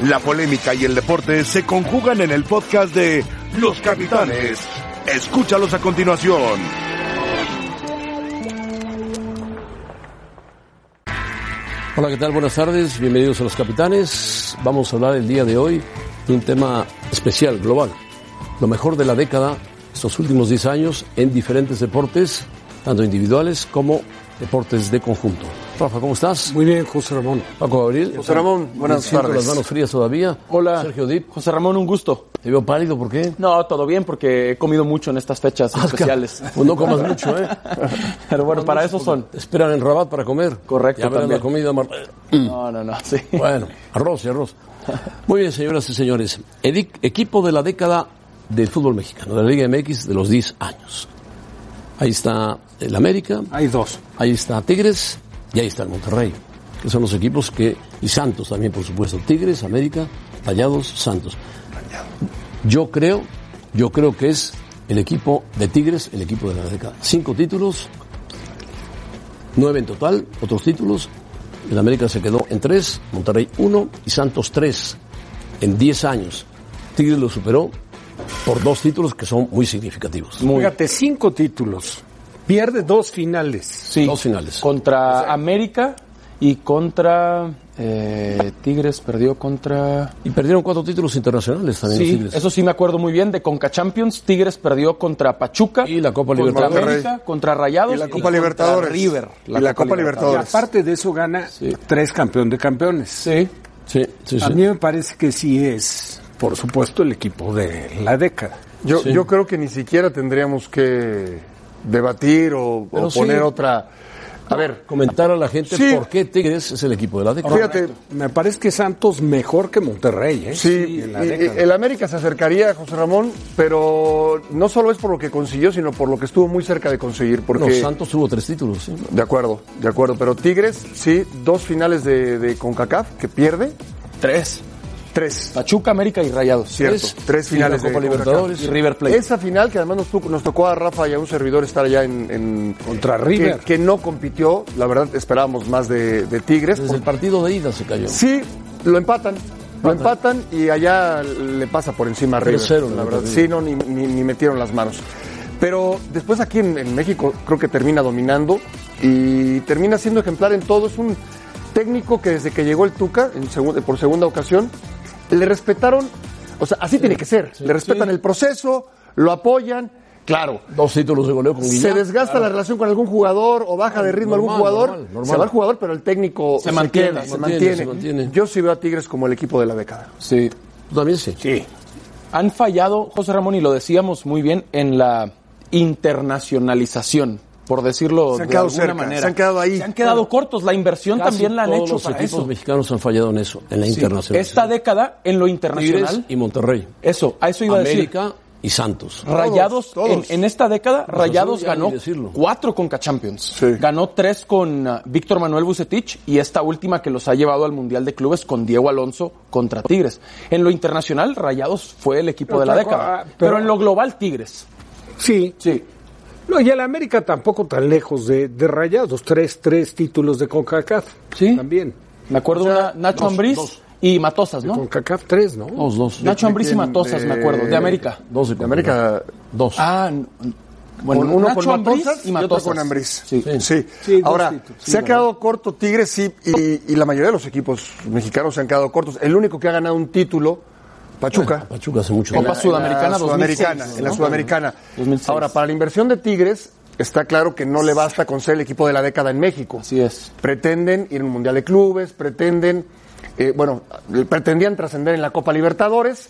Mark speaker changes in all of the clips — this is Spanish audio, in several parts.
Speaker 1: La polémica y el deporte se conjugan en el podcast de Los Capitanes. Escúchalos a continuación.
Speaker 2: Hola, ¿qué tal? Buenas tardes, bienvenidos a Los Capitanes. Vamos a hablar el día de hoy de un tema especial, global. Lo mejor de la década, estos últimos 10 años, en diferentes deportes, tanto individuales como deportes de conjunto. Rafa, ¿cómo estás?
Speaker 3: Muy bien, José Ramón.
Speaker 2: Paco Gabriel.
Speaker 4: José Ramón, buenas
Speaker 2: Siento
Speaker 4: tardes.
Speaker 2: las manos frías todavía.
Speaker 4: Hola.
Speaker 2: Sergio Dip.
Speaker 4: José Ramón, un gusto.
Speaker 2: Te veo pálido, ¿por qué?
Speaker 4: No, todo bien porque he comido mucho en estas fechas especiales.
Speaker 2: Pues no comas mucho, ¿eh?
Speaker 4: Ah, Pero bueno, para eso son.
Speaker 2: Esperan en Rabat para comer.
Speaker 4: Correcto,
Speaker 2: Ya verán
Speaker 4: también.
Speaker 2: la comida. mar-
Speaker 4: Mm. No, no, no, sí.
Speaker 2: Bueno, arroz y arroz. Muy bien, señoras y señores. Edi- equipo de la década del fútbol mexicano, de la Liga MX de los 10 años. Ahí está el América,
Speaker 3: Hay dos.
Speaker 2: ahí está Tigres y ahí está el Monterrey. Que son los equipos que. Y Santos también, por supuesto. Tigres, América, Rayados, Santos. Yo creo, yo creo que es el equipo de Tigres, el equipo de la década. Cinco títulos, nueve en total, otros títulos. El América se quedó en tres, Monterrey uno y Santos tres en diez años. Tigres lo superó por dos títulos que son muy significativos.
Speaker 3: Fíjate, cinco títulos. Pierde dos finales.
Speaker 4: Sí.
Speaker 2: Dos finales.
Speaker 4: Contra América y contra eh, Tigres, perdió contra...
Speaker 2: Y perdieron cuatro títulos internacionales también los
Speaker 4: Sí,
Speaker 2: Tigres.
Speaker 4: eso sí me acuerdo muy bien, de Conca Champions, Tigres perdió contra Pachuca.
Speaker 2: Y la Copa
Speaker 4: contra
Speaker 2: Libertadores.
Speaker 4: América, contra Rayados.
Speaker 5: Y la Copa
Speaker 4: contra
Speaker 5: Libertadores.
Speaker 4: River.
Speaker 5: Y la Copa
Speaker 3: Y
Speaker 5: Libertadores.
Speaker 3: aparte de eso gana tres campeón de campeones.
Speaker 4: Sí.
Speaker 2: Sí, sí,
Speaker 3: A
Speaker 2: sí.
Speaker 3: mí me parece que sí es, por supuesto, el equipo de la década.
Speaker 5: Yo, yo creo que ni siquiera tendríamos que debatir o, o
Speaker 2: Pero sí.
Speaker 5: poner otra. A ver,
Speaker 2: Comentar a la gente
Speaker 5: Sí.
Speaker 2: por qué Tigres es el equipo de la década.
Speaker 5: fíjate,
Speaker 3: Me parece que Santos mejor que Monterrey, ¿eh?
Speaker 5: sí,
Speaker 3: en la
Speaker 5: y- y-
Speaker 3: década.
Speaker 5: el América se acercaría a José Ramón, pero no solo es por lo que consiguió, sino por lo que estuvo muy cerca de conseguir.
Speaker 2: No,
Speaker 5: Porque,
Speaker 2: Santos tuvo tres títulos. sí.
Speaker 5: de acuerdo, de acuerdo, pero Tigres, sí, dos finales de, de CONCACAF que pierde,
Speaker 4: Tres.
Speaker 5: tres,
Speaker 4: Pachuca, América y Rayados.
Speaker 5: cierto,
Speaker 2: Tres.
Speaker 5: tres,
Speaker 2: Y la
Speaker 5: finales de
Speaker 2: Copa
Speaker 5: CONCACAF.
Speaker 2: Libertadores.
Speaker 4: Y River Plate.
Speaker 5: Esa final que además nos, tu- nos tocó a Rafa y a un servidor estar allá en... en-
Speaker 3: Contra
Speaker 5: que-
Speaker 3: River.
Speaker 5: Que, no compitió, la verdad esperábamos más de, de Tigres.
Speaker 2: Desde el partido de ida se cayó.
Speaker 5: Sí, lo empatan. Lo empatan y allá le pasa por encima a River.
Speaker 2: Tercero,
Speaker 5: la
Speaker 2: ¿no?
Speaker 5: verdad.
Speaker 2: Terrible.
Speaker 5: Sí, no, ni, ni- ni metieron las manos. Pero después aquí en, en México creo que termina dominando y termina siendo ejemplar en todo. Es un técnico que desde que llegó el Tuca, en segun- por segunda ocasión, le respetaron, o sea, así tiene que ser. le respetan el proceso, lo apoyan. Claro,
Speaker 2: Dos títulos de goleo con
Speaker 5: se
Speaker 2: Guillermo.
Speaker 5: desgasta la relación con algún jugador o baja de ritmo
Speaker 2: normal,
Speaker 5: algún jugador,
Speaker 2: normal, normal.
Speaker 5: se va el jugador, pero el técnico se,
Speaker 4: mantiene,
Speaker 5: queda,
Speaker 2: se
Speaker 5: se
Speaker 2: mantiene,
Speaker 5: mantiene,
Speaker 2: se mantiene.
Speaker 5: Yo sí veo a Tigres como el equipo de la década.
Speaker 4: Sí.
Speaker 2: Tú También sí.
Speaker 4: Han fallado, José Ramón, y lo decíamos muy bien, en la internacionalización, por decirlo
Speaker 5: Se han
Speaker 4: de
Speaker 5: quedado
Speaker 4: alguna
Speaker 5: cerca,
Speaker 4: manera.
Speaker 5: se han quedado ahí.
Speaker 4: Se han quedado cortos, la inversión
Speaker 2: Casi
Speaker 4: también la han
Speaker 2: todos
Speaker 4: hecho
Speaker 2: los
Speaker 4: para
Speaker 2: equipos
Speaker 4: eso.
Speaker 2: mexicanos han fallado en eso, en la internacional.
Speaker 4: Esta década, en lo
Speaker 2: Tigres
Speaker 4: internacional,
Speaker 2: y Monterrey.
Speaker 4: eso, a eso iba a decir.
Speaker 2: América y Santos.
Speaker 4: Rayados,
Speaker 5: todos.
Speaker 4: En, en esta década, Rayados
Speaker 2: ya ni
Speaker 4: ganó
Speaker 2: decirlo.
Speaker 4: cuatro Conca Champions.
Speaker 5: Sí.
Speaker 4: Ganó tres con ah, Víctor Manuel Bucetich y esta última que los ha llevado al Mundial de Clubes con Diego Alonso contra Tigres. En lo internacional, Rayados fue el equipo
Speaker 3: Pero
Speaker 4: de la
Speaker 3: Paco,
Speaker 4: década.
Speaker 3: ah,
Speaker 4: pero...
Speaker 3: pero-
Speaker 4: en lo global, Tigres.
Speaker 3: Sí.
Speaker 4: Sí.
Speaker 3: No, y el América tampoco tan lejos de, de rayados. Tres, tres títulos de CONCACAF.
Speaker 4: Sí.
Speaker 3: También.
Speaker 4: Me acuerdo una Nacho
Speaker 2: dos,
Speaker 4: Ambriz
Speaker 2: dos.
Speaker 4: y Matosas,
Speaker 3: De
Speaker 4: ¿no?
Speaker 3: CONCACAF tres, ¿no?
Speaker 2: Dos, dos.
Speaker 4: Nacho Ambriz y
Speaker 5: quién?
Speaker 4: Matosas,
Speaker 5: De-
Speaker 4: me acuerdo, de América.
Speaker 2: Dos
Speaker 5: De América,
Speaker 2: Dos.
Speaker 4: Ah, n- bueno,
Speaker 5: con- uno con
Speaker 4: Nacho Ambriz
Speaker 5: Matosas y, otro con Ambriz.
Speaker 4: Sí.
Speaker 5: Sí.
Speaker 3: Sí, dos
Speaker 5: Ahora,
Speaker 3: títulos, sí,
Speaker 5: se ha quedado corto Tigres sí, y, y la mayoría de los equipos mexicanos se han quedado cortos. El único que ha ganado un título, Pachuca.
Speaker 2: Pachuca hace mucho
Speaker 4: Copa
Speaker 2: tiempo.
Speaker 4: Sudamericana
Speaker 5: En la
Speaker 4: 2006,
Speaker 5: Sudamericana, en la
Speaker 4: ¿no?
Speaker 5: Sudamericana.
Speaker 4: 2006.
Speaker 5: Ahora, para la inversión de Tigres, está claro que no le basta con ser el equipo de la década en México.
Speaker 4: Así es.
Speaker 5: Pretenden ir a un Mundial de Clubes, pretenden, eh, bueno, pretendían trascender en la Copa Libertadores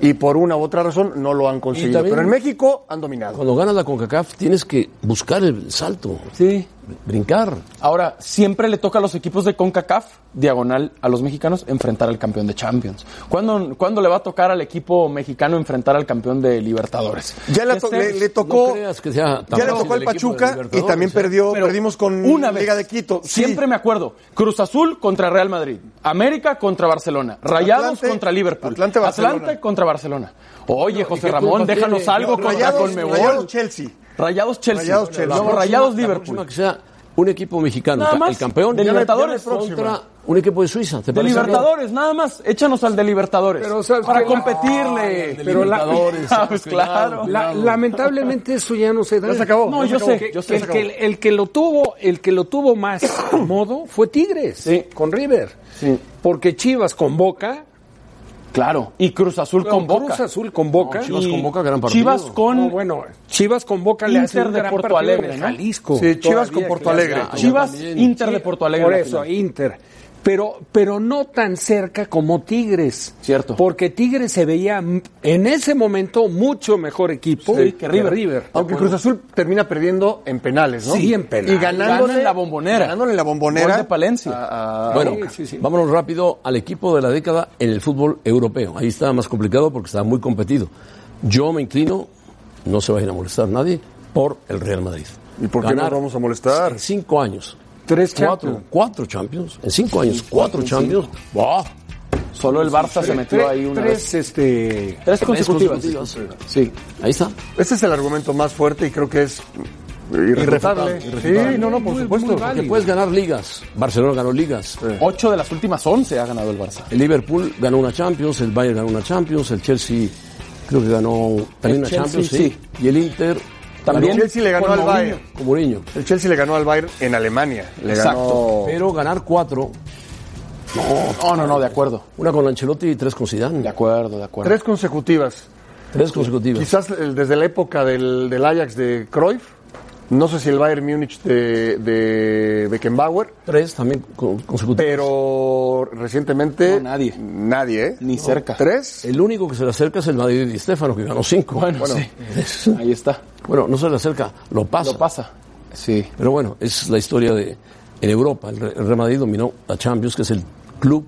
Speaker 5: y por una u otra razón no lo han conseguido.
Speaker 2: también-
Speaker 5: Pero en México han dominado.
Speaker 2: Cuando ganas la CONCACAF tienes que buscar el salto,
Speaker 4: Sí.
Speaker 2: brincar.
Speaker 4: Ahora, siempre le toca a los equipos de CONCACAF, diagonal a los mexicanos, enfrentar al campeón de Champions. ¿Cuándo, cuándo le va a tocar al equipo mexicano enfrentar al campeón de Libertadores?
Speaker 5: Ya le,
Speaker 4: Que
Speaker 5: to-
Speaker 4: sea-
Speaker 5: le- le
Speaker 2: no
Speaker 5: tocó,
Speaker 2: creas que sea tan
Speaker 5: ya le
Speaker 2: fácil
Speaker 5: tocó al
Speaker 2: el equipo de
Speaker 5: Pachuca y
Speaker 2: Libertadores,
Speaker 5: también
Speaker 2: ¿eh?
Speaker 5: perdió,
Speaker 4: Pero
Speaker 5: perdimos con
Speaker 4: una vez,
Speaker 5: Liga de Quito. Sí.
Speaker 4: Siempre me acuerdo. Cruz Azul contra Real Madrid. América contra Barcelona. Rayados
Speaker 5: Atlante-
Speaker 4: contra Liverpool.
Speaker 5: Atlante, Barcelona.
Speaker 4: Atlante contra Barcelona. Oye, José
Speaker 2: qué
Speaker 4: Ramón,
Speaker 2: culpa
Speaker 4: déjanos
Speaker 2: tiene?
Speaker 4: algo contra
Speaker 5: Rayados,
Speaker 4: Conmebol.
Speaker 5: Rayados Chelsea.
Speaker 4: Rayados Chelsea.
Speaker 5: Rayados Chelsea.
Speaker 4: Luego
Speaker 5: La
Speaker 4: Rayados
Speaker 2: La próxima
Speaker 4: Liverpool.
Speaker 2: que sea un equipo mexicano,
Speaker 4: Nada
Speaker 2: ca-
Speaker 4: más,
Speaker 2: el campeón,
Speaker 4: de Libertadores.
Speaker 2: contra un equipo de Suiza. ¿te
Speaker 4: De
Speaker 2: parece algo?
Speaker 4: Libertadores, nada más. Échanos al de Libertadores.
Speaker 3: Pero, ¿sabes
Speaker 4: para
Speaker 3: qué?
Speaker 4: competirle.
Speaker 3: de Pero la-
Speaker 2: Libertadores,
Speaker 4: Ah, pues
Speaker 2: cuidado,
Speaker 4: claro.
Speaker 3: La- lamentablemente eso ya no se da.
Speaker 5: se acabó.
Speaker 4: No, yo
Speaker 5: ya se acabó.
Speaker 4: sé,
Speaker 3: Que-
Speaker 4: yo
Speaker 3: que
Speaker 4: sé.
Speaker 3: el, que, el que lo tuvo, el que lo tuvo más a modo fue Tigres
Speaker 4: Sí.
Speaker 3: con River.
Speaker 4: Sí.
Speaker 3: Porque Chivas con Boca,
Speaker 4: Claro. Y Cruz Azul con Boca.
Speaker 3: Cruz Azul con Boca.
Speaker 2: No, Chivas
Speaker 4: Y
Speaker 2: con Boca, gran partido.
Speaker 4: Chivas con
Speaker 3: No, bueno, Chivas con Boca le hace
Speaker 4: Inter
Speaker 3: un
Speaker 4: de
Speaker 3: gran
Speaker 4: Porto
Speaker 3: partido en
Speaker 4: Alegre,
Speaker 3: el
Speaker 4: ¿no?
Speaker 3: Jalisco.
Speaker 5: Sí, Chivas
Speaker 3: Todavía
Speaker 5: con
Speaker 3: que
Speaker 5: Porto
Speaker 3: le hace-
Speaker 5: Alegre.
Speaker 2: Ah, ya
Speaker 4: Chivas,
Speaker 2: también.
Speaker 4: Inter de Porto Alegre.
Speaker 3: Por
Speaker 4: en la
Speaker 3: eso,
Speaker 4: final.
Speaker 3: Inter. Pero, pero no tan cerca como Tigres.
Speaker 4: Cierto.
Speaker 3: Porque Tigres se veía m- en ese momento mucho mejor equipo
Speaker 4: Sí, que River.
Speaker 5: Aunque Cruz Azul termina perdiendo en penales, ¿no?
Speaker 3: Sí, en penales.
Speaker 5: Y ganándole
Speaker 4: Gana en la Bombonera.
Speaker 5: Ganándole en la bombonera.
Speaker 4: Gol de Palencia.
Speaker 5: a- a-
Speaker 2: Bueno,
Speaker 3: Sí, sí, sí.
Speaker 2: vámonos rápido al equipo de la década en el fútbol europeo. Ahí está más complicado porque está muy competido. Yo me inclino, no se vayan a molestar nadie, por el Real Madrid.
Speaker 5: ¿Y por qué nos vamos a molestar?
Speaker 2: En cinco años.
Speaker 3: Tres
Speaker 2: Cuatro, cuatro Champions. En cinco años, cuatro Champions. ¡Buah!
Speaker 4: Solo el Barça se metió ahí una
Speaker 3: tres,
Speaker 4: vez.
Speaker 3: este,
Speaker 2: Tres
Speaker 4: Tres consecutivas.
Speaker 2: consecutivas.
Speaker 4: Sí.
Speaker 2: Ahí está.
Speaker 5: Ese es el argumento más fuerte y creo que es irrefutable. Sí, no, no, por
Speaker 3: Muy-
Speaker 5: supuesto.
Speaker 3: muy
Speaker 2: Que
Speaker 3: válido.
Speaker 2: puedes ganar ligas. Barcelona ganó ligas.
Speaker 4: Ocho de las últimas once ha ganado el Barça.
Speaker 2: El Liverpool ganó una Champions, el Bayern ganó una Champions, el Chelsea creo que ganó también una
Speaker 4: El Chelsea,
Speaker 2: Champions, sí.
Speaker 4: sí.
Speaker 2: Y el Inter
Speaker 5: El
Speaker 4: También.
Speaker 5: Chelsea le ganó
Speaker 4: con
Speaker 5: al
Speaker 4: Mourinho.
Speaker 5: Bayern.
Speaker 2: como Mourinho.
Speaker 5: El Chelsea le ganó al Bayern en Alemania. Le
Speaker 4: Exacto.
Speaker 5: ganó.
Speaker 2: Pero ganar cuatro,
Speaker 4: No, no, no, de acuerdo.
Speaker 2: una con Ancelotti y tres con
Speaker 4: De
Speaker 2: Zidane,
Speaker 4: acuerdo, de acuerdo.
Speaker 5: Tres consecutivas.
Speaker 2: tres consecutivas.
Speaker 5: Quizás el- desde la época del, del Ajax de Cruyff. No sé si el Bayern Múnich de, de Beckenbauer.
Speaker 2: Tres también con- consecutivas.
Speaker 5: Pero recientemente.
Speaker 4: No, nadie.
Speaker 5: Nadie, ¿eh?
Speaker 4: Ni cerca.
Speaker 5: ¿Tres?
Speaker 2: El único que se le acerca es el Madrid de Di Stéfano, que ganó cinco.
Speaker 4: Bueno, sí. Ahí está.
Speaker 2: Bueno, no se le acerca, lo pasa.
Speaker 4: Lo pasa. Sí.
Speaker 2: Pero bueno, es la historia de en Europa. El Re- el Real Madrid dominó la Champions, que es el club,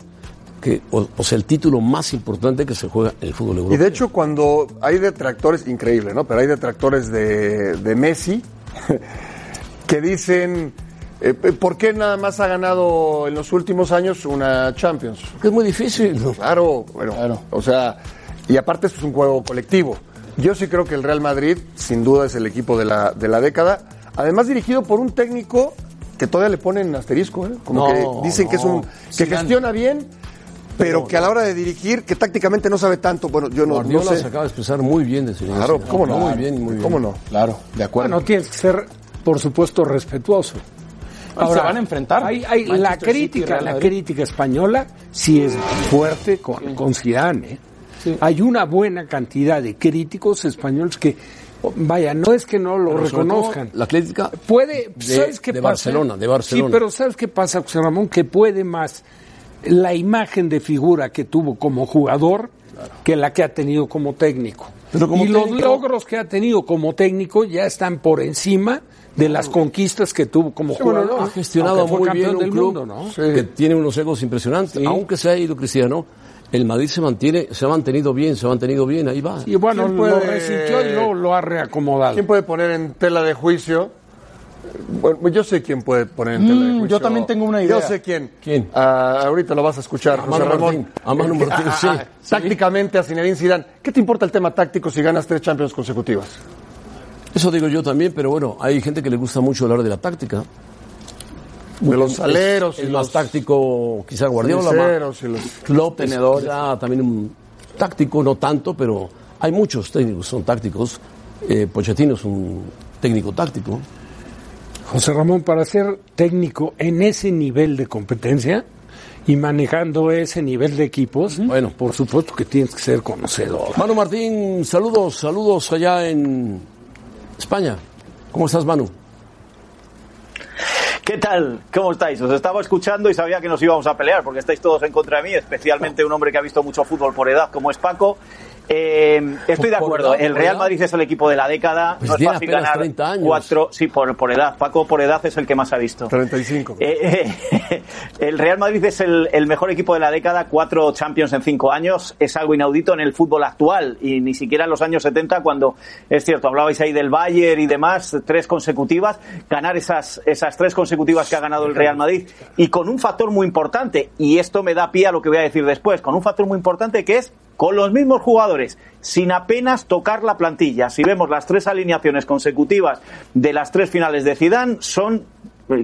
Speaker 2: que, o, o sea, el título más importante que se juega en el fútbol
Speaker 5: Y
Speaker 2: europeo.
Speaker 5: de hecho, cuando hay detractores, increíble, ¿no? Pero hay detractores de, de Messi que dicen, eh, ¿por qué nada más ha ganado en los últimos años una Champions?
Speaker 2: Que es muy difícil. ¿no?
Speaker 5: Claro, bueno,
Speaker 4: Claro.
Speaker 5: o sea, y aparte esto es un juego colectivo. Yo sí creo que el Real Madrid, sin duda, es el equipo de la, de la década. Además, dirigido por un técnico que todavía le ponen asterisco, ¿eh? Como
Speaker 2: No,
Speaker 5: que dicen que es un.
Speaker 2: no.
Speaker 5: que gestiona bien, pero que a la hora de dirigir, que tácticamente no sabe tanto. Bueno, yo no, no
Speaker 2: Guardiola se
Speaker 5: sé.
Speaker 2: acaba de expresar muy bien de Zidane.
Speaker 5: Claro, ¿cómo no?
Speaker 2: Muy bien, muy bien.
Speaker 5: ¿Cómo no?
Speaker 4: Claro, de acuerdo.
Speaker 3: Bueno, tienes que ser, por supuesto, respetuoso.
Speaker 4: se van a enfrentar.
Speaker 3: Hay, hay la
Speaker 4: Manchester City y
Speaker 3: crítica,
Speaker 4: Real
Speaker 3: la
Speaker 4: Madrid.
Speaker 3: crítica española sí es fuerte con, con Zidane. ¿eh? Hay una buena cantidad de críticos españoles que, oh, vaya, no es que no lo
Speaker 2: Pero sobre todo,
Speaker 3: reconozcan.
Speaker 2: La crítica
Speaker 3: Puede,
Speaker 2: de-
Speaker 3: ¿sabes qué
Speaker 2: de
Speaker 3: pasa?
Speaker 2: Barcelona, de Barcelona.
Speaker 3: Sí, pero ¿sabes qué pasa, José Ramón? Que puede más la imagen de figura que tuvo como jugador que la que ha tenido como técnico.
Speaker 2: Pero como
Speaker 3: y los
Speaker 2: técnico-
Speaker 3: logros que ha tenido como técnico ya están por encima de las conquistas que tuvo como
Speaker 2: Bueno,
Speaker 3: jugador.
Speaker 2: no, ha gestionado
Speaker 3: Aunque fue
Speaker 2: muy bien
Speaker 3: campeón
Speaker 2: un
Speaker 3: del
Speaker 2: club
Speaker 3: mundo, ¿no?
Speaker 2: que tiene unos egos impresionantes. Aunque se ha ido Cristiano, el Madrid se mantiene, se ha mantenido bien, se ha mantenido bien, ahí va.
Speaker 3: Y bueno,
Speaker 5: ¿Quién
Speaker 3: lo
Speaker 5: puede-
Speaker 3: resintió y luego lo ha reacomodado.
Speaker 5: ¿Quién puede poner en tela de juicio? Bueno, yo sé quién puede poner en tela de
Speaker 4: Mm,
Speaker 5: juicio.
Speaker 4: yo también tengo una idea.
Speaker 5: Yo sé quién.
Speaker 2: ¿Quién?
Speaker 5: Ah, ahorita lo vas a escuchar, José
Speaker 2: Manu
Speaker 5: Ramón. Eh,
Speaker 2: Martín, a Manu Martín, sí.
Speaker 5: Tácticamente a Zinedine Zidane. ¿Qué te importa el tema táctico si ganas tres Champions consecutivas?
Speaker 2: Eso digo yo también, pero bueno, hay gente que le gusta mucho hablar de la táctica.
Speaker 5: De los aleros y
Speaker 2: El más
Speaker 5: los
Speaker 2: táctico, quizá Guardiola. más-
Speaker 5: ceniceros y los-
Speaker 2: Klopp es quizá también un táctico, no tanto, pero hay muchos técnicos que son tácticos. Eh, Pochettino es un técnico táctico.
Speaker 3: José Ramón, para ser técnico en ese nivel de competencia y manejando ese nivel de equipos,
Speaker 2: Bueno.
Speaker 3: por supuesto que tienes que ser conocedor.
Speaker 2: Manu Martín, saludos, saludos allá en España. ¿Cómo estás, Manu?
Speaker 6: ¿Qué tal? ¿Cómo estáis? Os estaba escuchando y sabía que nos íbamos a pelear porque estáis todos en contra de mí, especialmente un hombre que ha visto mucho fútbol por edad como es Paco. Eh, estoy de
Speaker 2: Por
Speaker 6: acuerdo,
Speaker 2: edad,
Speaker 6: el
Speaker 2: por
Speaker 6: Real
Speaker 2: edad.
Speaker 6: Madrid es el equipo de la década,
Speaker 2: Pues
Speaker 6: no es
Speaker 2: tiene
Speaker 6: fácil
Speaker 2: apenas
Speaker 6: ganar
Speaker 2: 30 años.
Speaker 6: cuatro, sí, por, por edad, Paco por edad es el que más ha visto.
Speaker 5: 35.
Speaker 6: Eh, eh, el Real Madrid es el, el mejor equipo de la década, cuatro Champions en cinco años, es algo inaudito en el fútbol actual y ni siquiera en los años 70 cuando, es cierto, hablabais ahí del Bayern y demás, tres consecutivas, ganar esas, esas tres consecutivas que ha ganado el Real Madrid y con un factor muy importante, y esto me da pie a lo que voy a decir después, con un factor muy importante que es con los mismos jugadores, sin apenas tocar la plantilla. Si vemos las tres alineaciones consecutivas de las tres finales de Zidane, son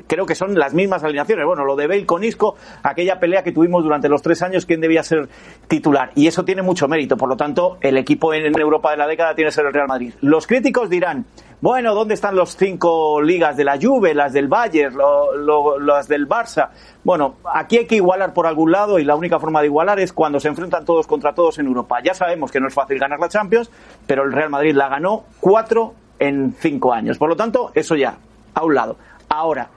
Speaker 6: creo que son las mismas alineaciones. Bueno, lo de Bale con Isco, aquella pelea que tuvimos durante los tres años, quién debía ser titular. Y eso tiene mucho mérito. Por lo tanto, el equipo en Europa de la década tiene que ser el Real Madrid. Los críticos dirán, bueno, ¿dónde están los cinco ligas de la Juve, las del Bayern, lo- lo- las del Barça? Bueno, aquí hay que igualar por algún lado y la única forma de igualar es cuando se enfrentan todos contra todos en Europa. Ya sabemos que no es fácil ganar la Champions, pero el Real Madrid la ganó cuatro en cinco años. Por lo tanto, eso ya, a un lado. Ahora,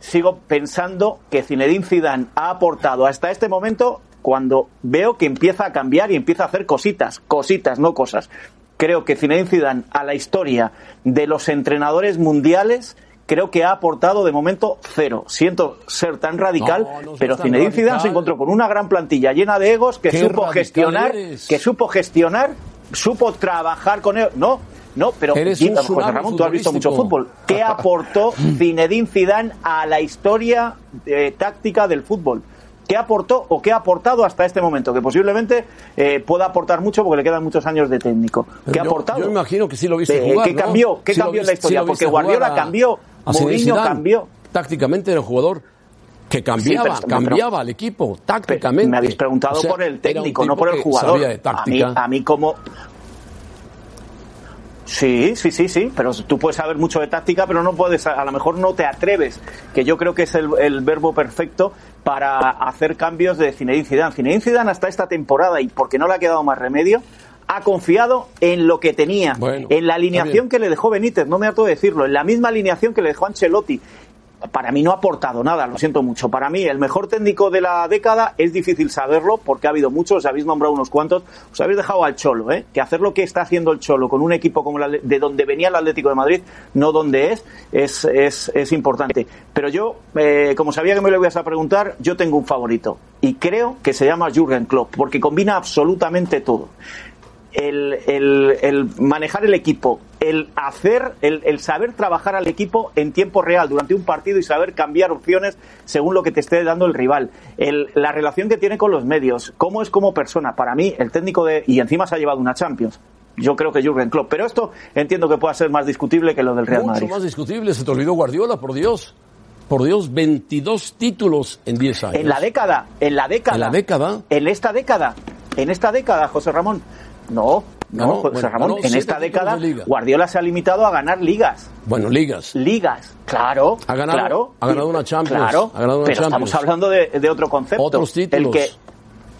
Speaker 6: sigo pensando que Zinedine Zidane ha aportado hasta este momento cuando veo que empieza a cambiar y empieza a hacer cositas, cositas, no cosas. Creo que Zinedine Zidane a la historia de los entrenadores mundiales creo que ha aportado de momento cero. Siento ser tan radical,
Speaker 2: No, no seas
Speaker 6: pero
Speaker 2: tan
Speaker 6: Zinedine Zidane se
Speaker 2: radical.
Speaker 6: encontró con una gran plantilla llena de egos que
Speaker 2: Qué
Speaker 6: supo
Speaker 2: radical
Speaker 6: gestionar,
Speaker 2: eres.
Speaker 6: que supo gestionar, supo trabajar con él. No, no, pero
Speaker 2: Eres
Speaker 6: y,
Speaker 2: un
Speaker 6: José
Speaker 2: tsunami
Speaker 6: Ramón, tú has visto mucho
Speaker 2: futbolístico.
Speaker 6: fútbol. ¿Qué aportó Zinedine Zidane a la historia eh, táctica del fútbol? ¿Qué aportó o qué ha aportado hasta este momento? Que posiblemente eh, pueda aportar mucho porque le quedan muchos años de técnico. ¿Qué
Speaker 2: Pero
Speaker 6: ha
Speaker 2: yo-
Speaker 6: aportado?
Speaker 2: Yo imagino que sí lo viste
Speaker 6: Eh,
Speaker 2: jugar.
Speaker 6: ¿Qué
Speaker 2: ¿no?
Speaker 6: cambió? ¿Qué
Speaker 2: Sí lo
Speaker 6: cambió en
Speaker 2: viste-
Speaker 6: la historia?
Speaker 2: sí lo
Speaker 6: porque
Speaker 2: viste jugar
Speaker 6: Guardiola
Speaker 2: a-
Speaker 6: cambió,
Speaker 2: a Zinedine
Speaker 6: Mourinho
Speaker 2: Zidane.
Speaker 6: cambió.
Speaker 2: Tácticamente era un jugador que
Speaker 6: Sí, pero-
Speaker 2: cambiaba,
Speaker 6: pero-
Speaker 2: cambiaba al equipo, tácticamente.
Speaker 6: Me habéis preguntado
Speaker 2: O sea,
Speaker 6: por el
Speaker 2: era un
Speaker 6: técnico, no
Speaker 2: tipo
Speaker 6: por el
Speaker 2: que
Speaker 6: jugador.
Speaker 2: sabía de
Speaker 6: a, mí,
Speaker 2: táctica.
Speaker 6: a mí como... Sí, sí, sí, sí, pero tú puedes saber mucho de táctica, pero no puedes, a lo mejor no te atreves, que yo creo que es el, el verbo perfecto para hacer cambios de Zinedine Zidane. Zinedine Zidane hasta esta temporada, y porque no le ha quedado más remedio, ha confiado en lo que tenía,
Speaker 2: Bueno,
Speaker 6: en la
Speaker 2: está bien.
Speaker 6: alineación que le dejó Benítez, no me harto de decirlo, en la misma alineación que le dejó Ancelotti. Para mí no ha aportado nada, lo siento mucho. Para mí, el mejor técnico de la década es difícil saberlo porque ha habido muchos, habéis nombrado unos cuantos, os habéis dejado al Cholo, ¿eh? que hacer lo que está haciendo el Cholo con un equipo como el Atle- de donde venía el Atlético de Madrid, no donde es, es, es, es importante. Pero yo, eh, como sabía que me lo ibas a preguntar, yo tengo un favorito y creo que se llama Jürgen Klopp porque combina absolutamente todo el, el- el manejar el equipo, el hacer, el, el saber trabajar al equipo en tiempo real durante un partido y saber cambiar opciones según lo que te esté dando el rival, El- la relación que tiene con los medios, cómo es como persona. Para mí, el técnico de. Y encima se ha llevado una Champions. Yo creo que Jürgen Klopp. Pero esto entiendo que pueda ser más discutible que lo del Real
Speaker 2: Mucho
Speaker 6: Madrid.
Speaker 2: más discutible, se te olvidó Guardiola, por Dios. Por Dios, 22 títulos en 10 años.
Speaker 6: En la década, en la década.
Speaker 2: ¿En la década?
Speaker 6: En esta década, en esta década, José Ramón. No, no,
Speaker 2: Ganó,
Speaker 6: José
Speaker 2: bueno,
Speaker 6: Ramón,
Speaker 2: ganó
Speaker 6: en
Speaker 2: siete
Speaker 6: esta
Speaker 2: títulos
Speaker 6: década
Speaker 2: de liga.
Speaker 6: Guardiola se ha limitado a ganar ligas.
Speaker 2: Bueno, ligas.
Speaker 6: ligas. Claro,
Speaker 2: Ha ganado-
Speaker 6: claro.
Speaker 2: ha ganado una Champions,
Speaker 6: Claro,
Speaker 2: ha ganado una
Speaker 6: pero
Speaker 2: Champions.
Speaker 6: estamos hablando de, de otro concepto.
Speaker 2: Otros títulos.
Speaker 6: El que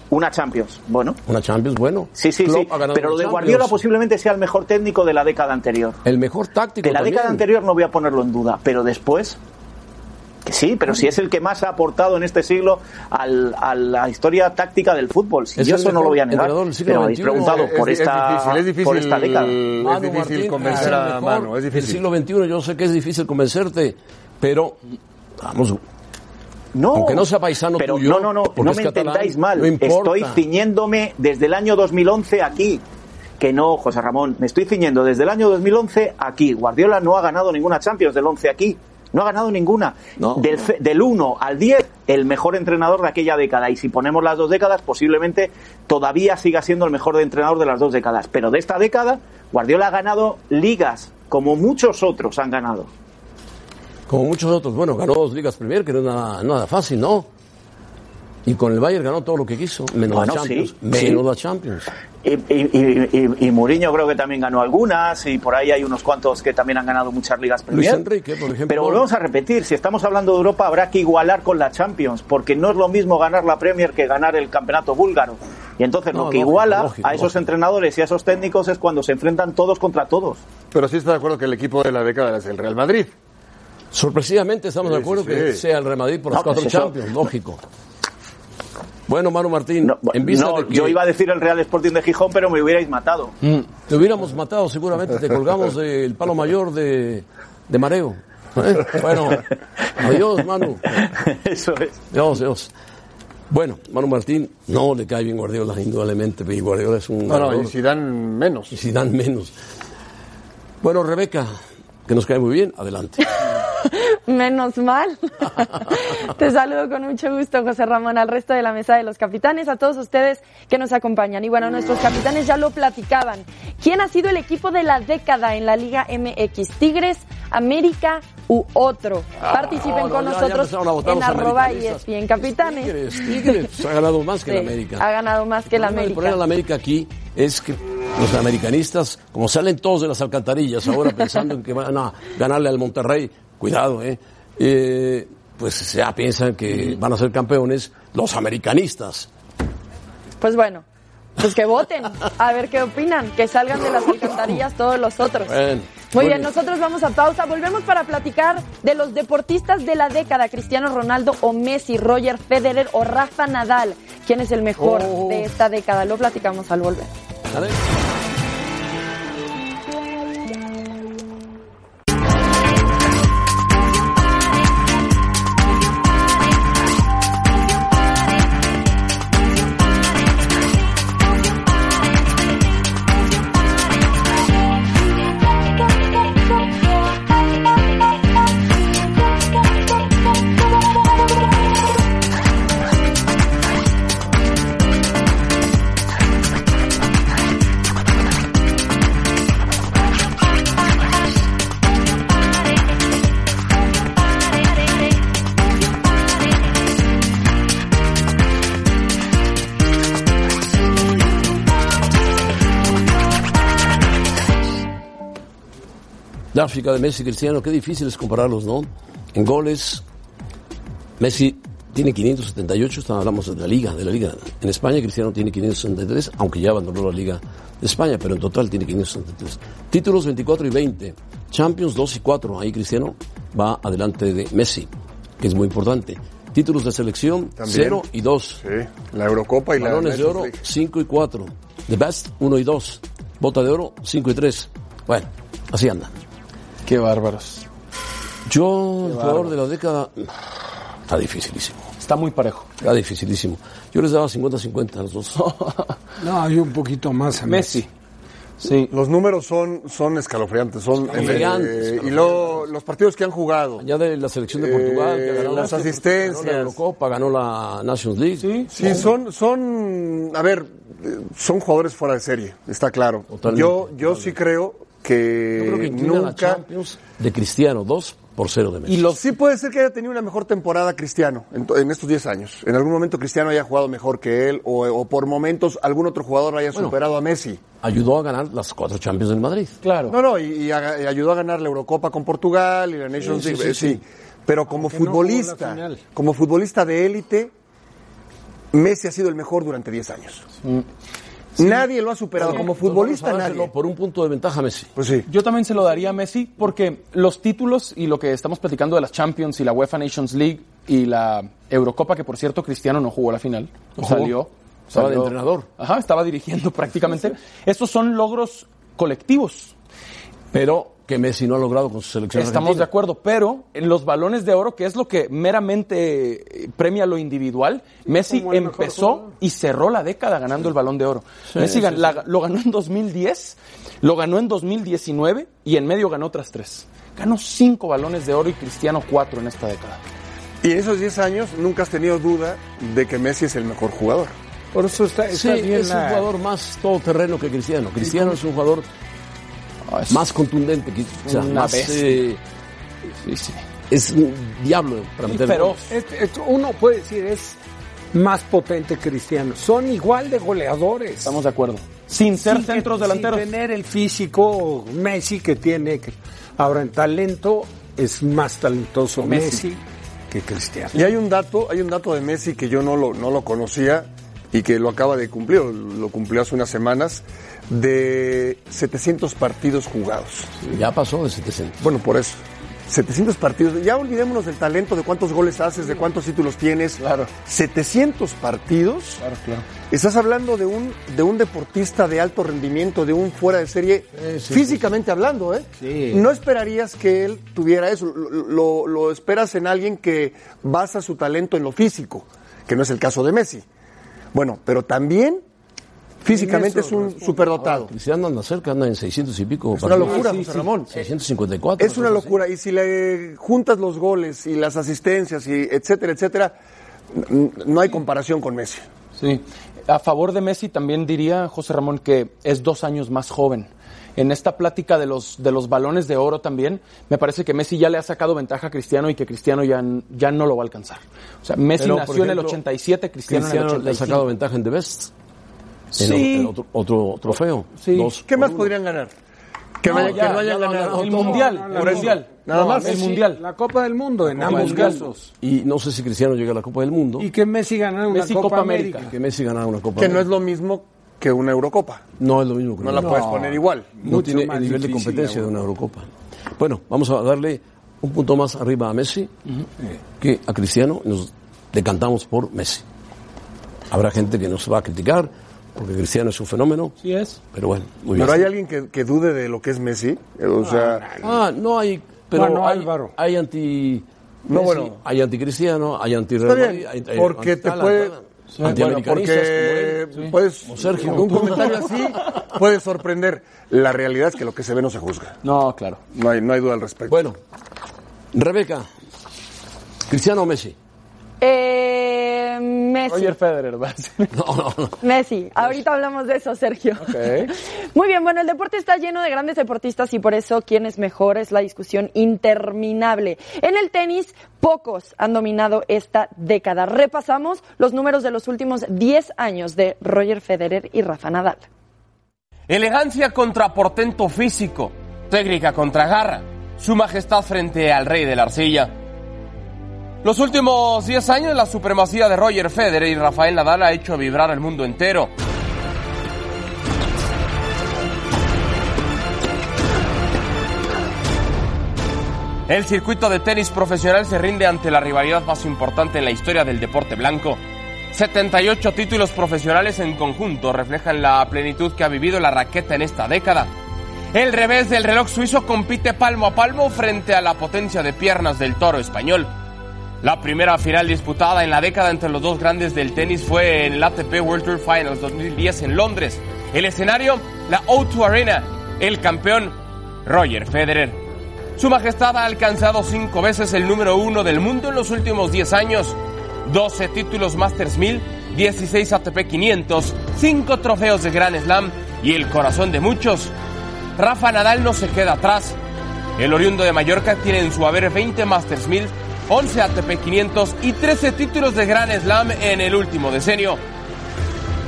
Speaker 6: una Champions, bueno.
Speaker 2: Una Champions, bueno.
Speaker 6: Sí, sí,
Speaker 2: Klopp
Speaker 6: sí.
Speaker 2: ha ganado
Speaker 6: Pero lo
Speaker 2: una
Speaker 6: de
Speaker 2: Champions.
Speaker 6: Guardiola posiblemente sea el mejor técnico de la década anterior.
Speaker 2: El mejor táctico
Speaker 6: De la
Speaker 2: también.
Speaker 6: década anterior no voy a ponerlo en duda, pero después. Que sí, pero si es el que más ha aportado en este siglo al- a la historia táctica del fútbol. Si
Speaker 2: Es
Speaker 6: yo
Speaker 2: el
Speaker 6: eso no
Speaker 2: mejor
Speaker 6: lo voy a negar.
Speaker 2: entrenador del siglo
Speaker 6: Pero habéis
Speaker 2: XXI.
Speaker 6: preguntado por,
Speaker 5: Es- es
Speaker 6: esta,
Speaker 5: difícil, es difícil
Speaker 6: por esta década.
Speaker 5: Es
Speaker 2: Manu
Speaker 5: difícil
Speaker 2: Martín,
Speaker 5: convencer
Speaker 2: es el
Speaker 5: a
Speaker 2: mejor
Speaker 5: Manu, es
Speaker 2: del
Speaker 5: difícil.
Speaker 2: siglo XXI, yo sé que es difícil convencerte, pero vamos,
Speaker 6: No,
Speaker 2: Aunque no sea paisano
Speaker 6: pero
Speaker 2: tuyo,
Speaker 6: No, no, no,
Speaker 2: porque
Speaker 6: no
Speaker 2: es
Speaker 6: me
Speaker 2: catalán,
Speaker 6: entendáis mal.
Speaker 2: no importa.
Speaker 6: estoy ciñéndome desde el año 2011 aquí. Que no, José Ramón, me estoy ciñendo desde el año 2011 aquí. Guardiola no ha ganado ninguna Champions del 11 aquí. No ha ganado ninguna.
Speaker 2: No,
Speaker 6: del,
Speaker 2: no.
Speaker 6: ce- del 1 al 10, el mejor entrenador de aquella década. Y si ponemos las dos décadas, posiblemente todavía siga siendo el mejor entrenador de las dos décadas. Pero de esta década, Guardiola ha ganado ligas, como muchos otros han ganado.
Speaker 2: como muchos otros, bueno, ganó dos ligas Premier, que no es nada, nada fácil, ¿no? Y con el Bayern ganó todo lo que quiso, menos
Speaker 6: Bueno,
Speaker 2: la Champions,
Speaker 6: sí,
Speaker 2: menos
Speaker 6: sí.
Speaker 2: la Champions.
Speaker 6: Y, y, y- y- y Mourinho creo que también ganó algunas y por ahí hay unos cuantos que también han ganado muchas ligas
Speaker 2: Luis
Speaker 6: Premier.
Speaker 2: Enrique, por ejemplo.
Speaker 6: Pero volvemos a repetir, si estamos hablando de Europa habrá que igualar con la Champions, porque no es lo mismo ganar la Premier que ganar el campeonato búlgaro. Y entonces
Speaker 2: No,
Speaker 6: lo que
Speaker 2: lógico,
Speaker 6: iguala
Speaker 2: lógico,
Speaker 6: a esos
Speaker 2: lógico.
Speaker 6: entrenadores y a esos técnicos es cuando se enfrentan todos contra todos.
Speaker 5: Pero sí está de acuerdo que el equipo de la década es el Real Madrid.
Speaker 2: Sorpresivamente estamos de
Speaker 5: Sí,
Speaker 2: acuerdo
Speaker 5: sí,
Speaker 2: que
Speaker 5: sí.
Speaker 2: sea el Real Madrid por las
Speaker 6: No,
Speaker 2: cuatro
Speaker 6: pues eso-
Speaker 2: Champions, lógico. Bueno, Manu Martín,
Speaker 6: No,
Speaker 2: en vista
Speaker 6: no,
Speaker 2: de que
Speaker 6: yo iba a decir el Real Sporting de Gijón, pero me hubierais matado.
Speaker 2: Mm, te hubiéramos matado seguramente, te colgamos del palo mayor de, de mareo. ¿eh? Bueno, adiós, Manu.
Speaker 6: Eso es.
Speaker 2: Dios, Dios. Bueno, Manu Martín no le cae bien Guardiola, indudablemente, pero Guardiola es un
Speaker 5: No, no,
Speaker 2: ganador.
Speaker 5: y Zidane menos.
Speaker 2: y si dan menos. Bueno, Rebeca, que nos cae muy bien, adelante.
Speaker 7: Menos mal. Te saludo con mucho gusto, José Ramón, al resto de la mesa de los capitanes, a todos ustedes que nos acompañan. Y bueno, nuestros capitanes ya lo platicaban. ¿Quién ha sido el equipo de la década en la Liga MX? Tigres América u otro. Participen
Speaker 2: Ah, no,
Speaker 7: con
Speaker 2: ya- ya
Speaker 7: nosotros
Speaker 2: empezaron a votar
Speaker 7: en
Speaker 2: los
Speaker 7: arroba
Speaker 2: americanistas.
Speaker 7: ESPN Capitanes.
Speaker 2: Tigres, Tigres, pues, ha ganado más que el
Speaker 7: Sí,
Speaker 2: América.
Speaker 7: Ha ganado más que el
Speaker 2: problema- El problema de la
Speaker 7: América.
Speaker 2: América aquí es que los americanistas, como salen todos de las alcantarillas ahora pensando en que van a ganarle al Monterrey, cuidado, ¿eh? Eh, pues ya piensan que van a ser campeones los americanistas.
Speaker 7: Pues bueno, pues que voten, a ver qué opinan, que salgan de las alcantarillas todos los otros.
Speaker 2: Bueno,
Speaker 7: Muy
Speaker 2: bueno.
Speaker 7: bien, nosotros vamos a pausa, volvemos para platicar de los deportistas de la década, Cristiano Ronaldo o Messi, Roger Federer o Rafa Nadal, quién es el mejor
Speaker 2: Oh.
Speaker 7: de esta década, lo platicamos al volver.
Speaker 2: ¿Sale? La África de Messi y Cristiano, qué difícil es compararlos, ¿no? En goles, Messi tiene 578, está- hablamos de la liga, de la liga. En España Cristiano tiene 563, aunque ya abandonó la liga de España, pero en total tiene 563. Títulos 24 y 20, Champions 2 y 4, ahí Cristiano va adelante de Messi, que es muy importante. Títulos de selección
Speaker 5: También.
Speaker 2: 0 y 2.
Speaker 5: Sí, la Eurocopa y la
Speaker 2: Balones de
Speaker 5: Nations
Speaker 2: oro
Speaker 5: League.
Speaker 2: 5 y 4. The Best 1 y 2. Bota de oro 5 y 3. Bueno, así anda.
Speaker 4: Qué bárbaros.
Speaker 2: Yo, el jugador de la década, está dificilísimo.
Speaker 4: Está muy parejo.
Speaker 2: Está dificilísimo. Yo les daba 50-50 a los dos.
Speaker 3: No, yo un poquito más a
Speaker 4: Messi. Sí.
Speaker 5: Los números son, son escalofriantes, son
Speaker 2: Escalofriantes,
Speaker 5: eh, y
Speaker 2: escalofriantes.
Speaker 5: luego los partidos que han jugado.
Speaker 2: Ya de la selección de Portugal, que
Speaker 5: Eh,
Speaker 2: ganó
Speaker 5: las
Speaker 2: la-
Speaker 5: asistencias.
Speaker 2: ganó la Eurocopa, ganó la Nations League.
Speaker 4: Sí.
Speaker 5: Sí, son, son, a ver, eh, son jugadores fuera de serie, está claro.
Speaker 2: Totalmente,
Speaker 5: yo, yo sí creo que,
Speaker 2: Yo creo que inclina la
Speaker 5: Eh, nunca.
Speaker 2: Champions de Cristiano 2 por 0 de Messi.
Speaker 5: Y sí puede ser que haya tenido una mejor temporada Cristiano en, to- en estos 10 años. En algún momento Cristiano haya jugado mejor que él o, o por momentos algún otro jugador haya superado a Messi.
Speaker 2: Ayudó a ganar las cuatro Champions del Madrid.
Speaker 4: Claro.
Speaker 5: No, no, y, y a- y ayudó a ganar la Eurocopa con Portugal y la Nations
Speaker 2: Sí, sí,
Speaker 5: League,
Speaker 2: sí,
Speaker 5: eh, sí. Pero como
Speaker 3: no jugó la
Speaker 5: futbolista,
Speaker 3: final.
Speaker 5: como futbolista de élite, Messi ha sido el mejor durante 10 años. Nadie lo ha superado. como futbolista,
Speaker 2: Vamos a dárselo
Speaker 5: nadie.
Speaker 2: Por un punto de ventaja a Messi.
Speaker 5: Pues sí.
Speaker 4: Yo también se lo daría a Messi porque los títulos y lo que estamos platicando de las Champions y la UEFA Nations League y la Eurocopa, que por cierto Cristiano no jugó la final,
Speaker 2: No jugó.
Speaker 4: salió.
Speaker 2: Estaba de
Speaker 4: salió-
Speaker 2: entrenador.
Speaker 4: Ajá, estaba dirigiendo prácticamente. Esos son logros colectivos.
Speaker 2: Pero que Messi no ha logrado con su
Speaker 3: Pues
Speaker 2: selección
Speaker 4: Estamos de
Speaker 2: argentina.
Speaker 4: acuerdo, pero en los balones de oro, que es lo que meramente eh, premia lo individual, Messi
Speaker 3: como el mejor
Speaker 4: empezó
Speaker 3: jugador.
Speaker 4: y cerró la década ganando el balón de oro. Messi gan- la- lo ganó en 2010, lo ganó en 2019 y en medio ganó otras tres. Ganó cinco balones de oro y Cristiano cuatro en esta década.
Speaker 5: Y en esos 10 años nunca has tenido duda de que Messi es el mejor jugador.
Speaker 3: Por eso está,
Speaker 2: Sí,
Speaker 3: está bien
Speaker 2: es un
Speaker 3: la-
Speaker 2: jugador más todoterreno que Cristiano. Cristiano es un jugador
Speaker 3: Ah,
Speaker 2: más contundente, que- o sea,
Speaker 4: Una
Speaker 2: más,
Speaker 4: bestia.
Speaker 2: eh,
Speaker 4: Sí, sí.
Speaker 2: es un diablo para meter
Speaker 4: feroz.
Speaker 2: goles.
Speaker 3: Es- es- uno puede decir es más potente Cristiano. Son igual de goleadores.
Speaker 4: Estamos de acuerdo. Sin ser
Speaker 3: Sin que-
Speaker 4: centros delanteros.
Speaker 3: Sin tener el físico Messi que tiene. Ahora en talento es más talentoso
Speaker 4: Messi.
Speaker 3: Messi, que Cristiano.
Speaker 5: Y hay un dato, hay un dato de Messi que yo no lo, no lo conocía y que lo acaba de cumplir, o lo cumplió hace unas semanas, de 700 partidos jugados.
Speaker 2: Ya pasó de 700.
Speaker 5: Bueno, por eso. 700 partidos. Ya olvidémonos del talento, de cuántos goles haces, de cuántos títulos tienes.
Speaker 4: Claro.
Speaker 5: 700 partidos.
Speaker 4: Claro, claro.
Speaker 5: Estás hablando de un, de un deportista de alto rendimiento, de un fuera de serie, físicamente hablando, ¿eh?
Speaker 3: Sí.
Speaker 5: No esperarías que él tuviera eso. Lo, lo- lo esperas en alguien que basa su talento en lo físico, que no es el caso de Messi. Bueno, pero también físicamente es un superdotado.
Speaker 2: Cristiano anda cerca, anda en 600 y pico.
Speaker 5: Es una
Speaker 2: partidos.
Speaker 5: locura, José Ramón.
Speaker 2: 654.
Speaker 5: Es
Speaker 2: cosas
Speaker 5: una
Speaker 2: así.
Speaker 5: locura. Y si le juntas los goles y las asistencias y etcétera, etcétera, n- no hay comparación con Messi.
Speaker 4: Sí. A favor de Messi también diría José Ramón que es dos años más joven. en esta plática de los, de los balones de oro también, me parece que Messi ya le ha sacado ventaja a Cristiano y que Cristiano ya, n- ya no lo va a alcanzar. O sea, Messi
Speaker 2: Pero, por
Speaker 4: nació en el
Speaker 2: ejemplo,
Speaker 4: 87, Cristiano, en
Speaker 2: Cristiano
Speaker 4: el
Speaker 2: le ha
Speaker 4: 85.
Speaker 2: sacado ventaja en The Best. En o-
Speaker 4: Sí.
Speaker 2: en otro, otro trofeo.
Speaker 4: Sí.
Speaker 2: Dos
Speaker 5: ¿Qué
Speaker 2: por
Speaker 5: más
Speaker 2: uno.
Speaker 5: podrían ganar? Que, no,
Speaker 4: ya,
Speaker 5: que no hayan
Speaker 4: ya,
Speaker 5: ganado.
Speaker 4: El
Speaker 5: todo.
Speaker 4: mundial,
Speaker 3: No, no,
Speaker 4: el
Speaker 3: no.
Speaker 4: mundial.
Speaker 5: Nada
Speaker 4: No,
Speaker 5: más.
Speaker 4: El
Speaker 3: Sí,
Speaker 4: mundial.
Speaker 3: La Copa del Mundo en ambos
Speaker 4: Mundial.
Speaker 3: casos.
Speaker 2: Y no sé si Cristiano llega a la Copa del Mundo.
Speaker 3: Y que Messi ganara una
Speaker 4: Messi,
Speaker 3: Copa,
Speaker 4: Copa
Speaker 3: América.
Speaker 4: América.
Speaker 2: que Messi ganara una Copa.
Speaker 5: Que no es
Speaker 2: América.
Speaker 5: lo mismo que una Eurocopa.
Speaker 2: No es lo mismo que
Speaker 5: No
Speaker 2: una
Speaker 5: la
Speaker 2: Copa.
Speaker 5: puedes poner igual.
Speaker 2: No
Speaker 3: Mucho
Speaker 2: tiene
Speaker 3: más
Speaker 2: el nivel de
Speaker 3: difícil,
Speaker 2: competencia de
Speaker 3: la
Speaker 2: una Eurocopa. Bueno, vamos a darle un punto más arriba a Messi eh, que a Cristiano. Nos decantamos por Messi. Habrá gente que nos va a criticar porque Cristiano es un fenómeno,
Speaker 4: Sí es.
Speaker 2: pero bueno, muy bien.
Speaker 5: Pero hay alguien que, que dude de lo que es Messi. eh, O sea,
Speaker 2: Ah, no hay. Pero
Speaker 3: Bueno,
Speaker 2: hay,
Speaker 3: Álvaro.
Speaker 2: hay anti.
Speaker 5: No,
Speaker 2: Messi,
Speaker 5: bueno.
Speaker 2: Hay anticristiano, hay anti
Speaker 5: está bien. Porque te puede. Bueno,
Speaker 2: Antiamericanistas.
Speaker 5: porque puedes,
Speaker 2: Sergio.
Speaker 5: un comentario así puede sorprender. La realidad es que lo que se ve no se juzga.
Speaker 4: No, claro.
Speaker 5: No hay, no hay duda al respecto.
Speaker 2: Bueno, Rebeca, Cristiano o Messi.
Speaker 7: Eh, Messi.
Speaker 4: Roger Federer va a ser.
Speaker 2: No, no, no.
Speaker 7: Messi, ahorita hablamos de eso, Sergio. Muy bien, bueno, el deporte está lleno de grandes deportistas y por eso quién es mejor es la discusión interminable. En el tenis, pocos han dominado esta década. Repasamos los números de los últimos 10 años de Roger Federer y Rafa Nadal.
Speaker 8: Elegancia contra portento físico, técnica contra garra, su majestad frente al rey de la arcilla. Los últimos 10 años la supremacía de Roger Federer y Rafael Nadal ha hecho vibrar al mundo entero. El circuito de tenis profesional se rinde ante la rivalidad más importante en la historia del deporte blanco. 78 títulos profesionales en conjunto reflejan la plenitud que ha vivido la raqueta en esta década. El revés del reloj suizo compite palmo a palmo frente a la potencia de piernas del toro español. La primera final disputada en la década entre los dos grandes del tenis fue en el ATP World Tour Finals 2010 en Londres. El escenario, la O2 Arena. El campeón, Roger Federer. Su Majestad ha alcanzado cinco veces el número uno del mundo en los últimos 10 años. 12 títulos Masters 1000, 16 ATP 500, 5 trofeos de Grand Slam y el corazón de muchos. Rafa Nadal no se queda atrás. El oriundo de Mallorca tiene en su haber 20 Masters 1000, 11 ATP 500 y 13 títulos de Grand Slam en el último decenio.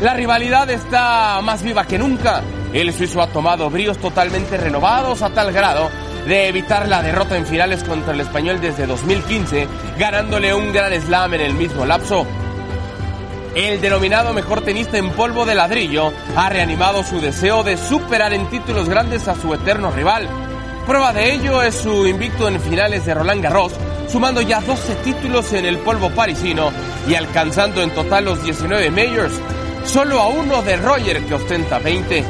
Speaker 8: La rivalidad está más viva que nunca. El suizo ha tomado bríos totalmente renovados a tal grado de evitar la derrota en finales contra el español desde 2015, ganándole un gran slam en el mismo lapso. El denominado mejor tenista en polvo de ladrillo ha reanimado su deseo de superar en títulos grandes a su eterno rival. Prueba de ello es su invicto en finales de Roland Garros, sumando ya 12 títulos en el polvo parisino y alcanzando en total los 19 majors, solo a uno de Roger que ostenta 20.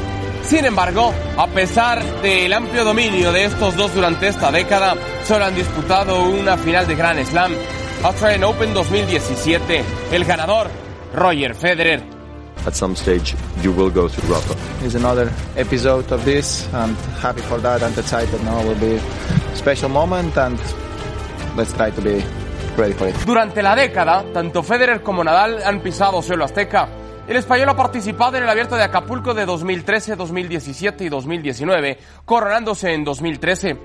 Speaker 8: Sin embargo, a pesar del amplio dominio de estos dos durante esta década, solo han disputado una final de Grand Slam, Australian Open 2017. El ganador, Roger Federer.
Speaker 9: at some stage you will go through Rafa.
Speaker 10: It's another episode of this. I'm happy for that and excited now. It will be a special moment and let's try to be ready for it.
Speaker 8: Durante la década, tanto Federer como Nadal han pisado suelo azteca. El español ha participado en el abierto de Acapulco de 2013, 2017 y 2019, coronándose en 2013.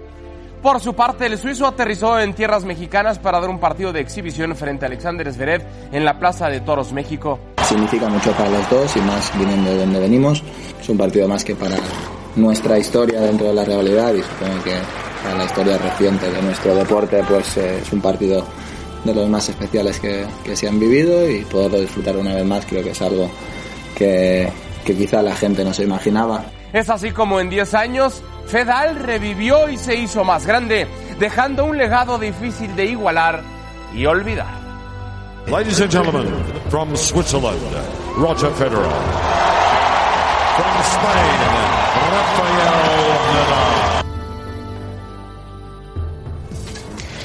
Speaker 8: Por su parte, el suizo aterrizó en tierras mexicanas para dar un partido de exhibición frente a Alexander Zverev en la Plaza de Toros, México.
Speaker 10: Significa mucho para los dos y más viniendo de donde venimos. Es un partido más que para nuestra historia dentro de la rivalidad y supongo que para la historia reciente de nuestro deporte pues eh, es un partido de los más especiales que, que se han vivido y poderlo disfrutar una vez más creo que es algo que, que quizá la gente no se imaginaba.
Speaker 8: Es así como en 10 años, Fedal revivió y se hizo más grande, dejando un legado difícil de igualar y olvidar.
Speaker 11: Ladies and gentlemen, from Switzerland, Roger Federer. From Spain, Rafael Nadal.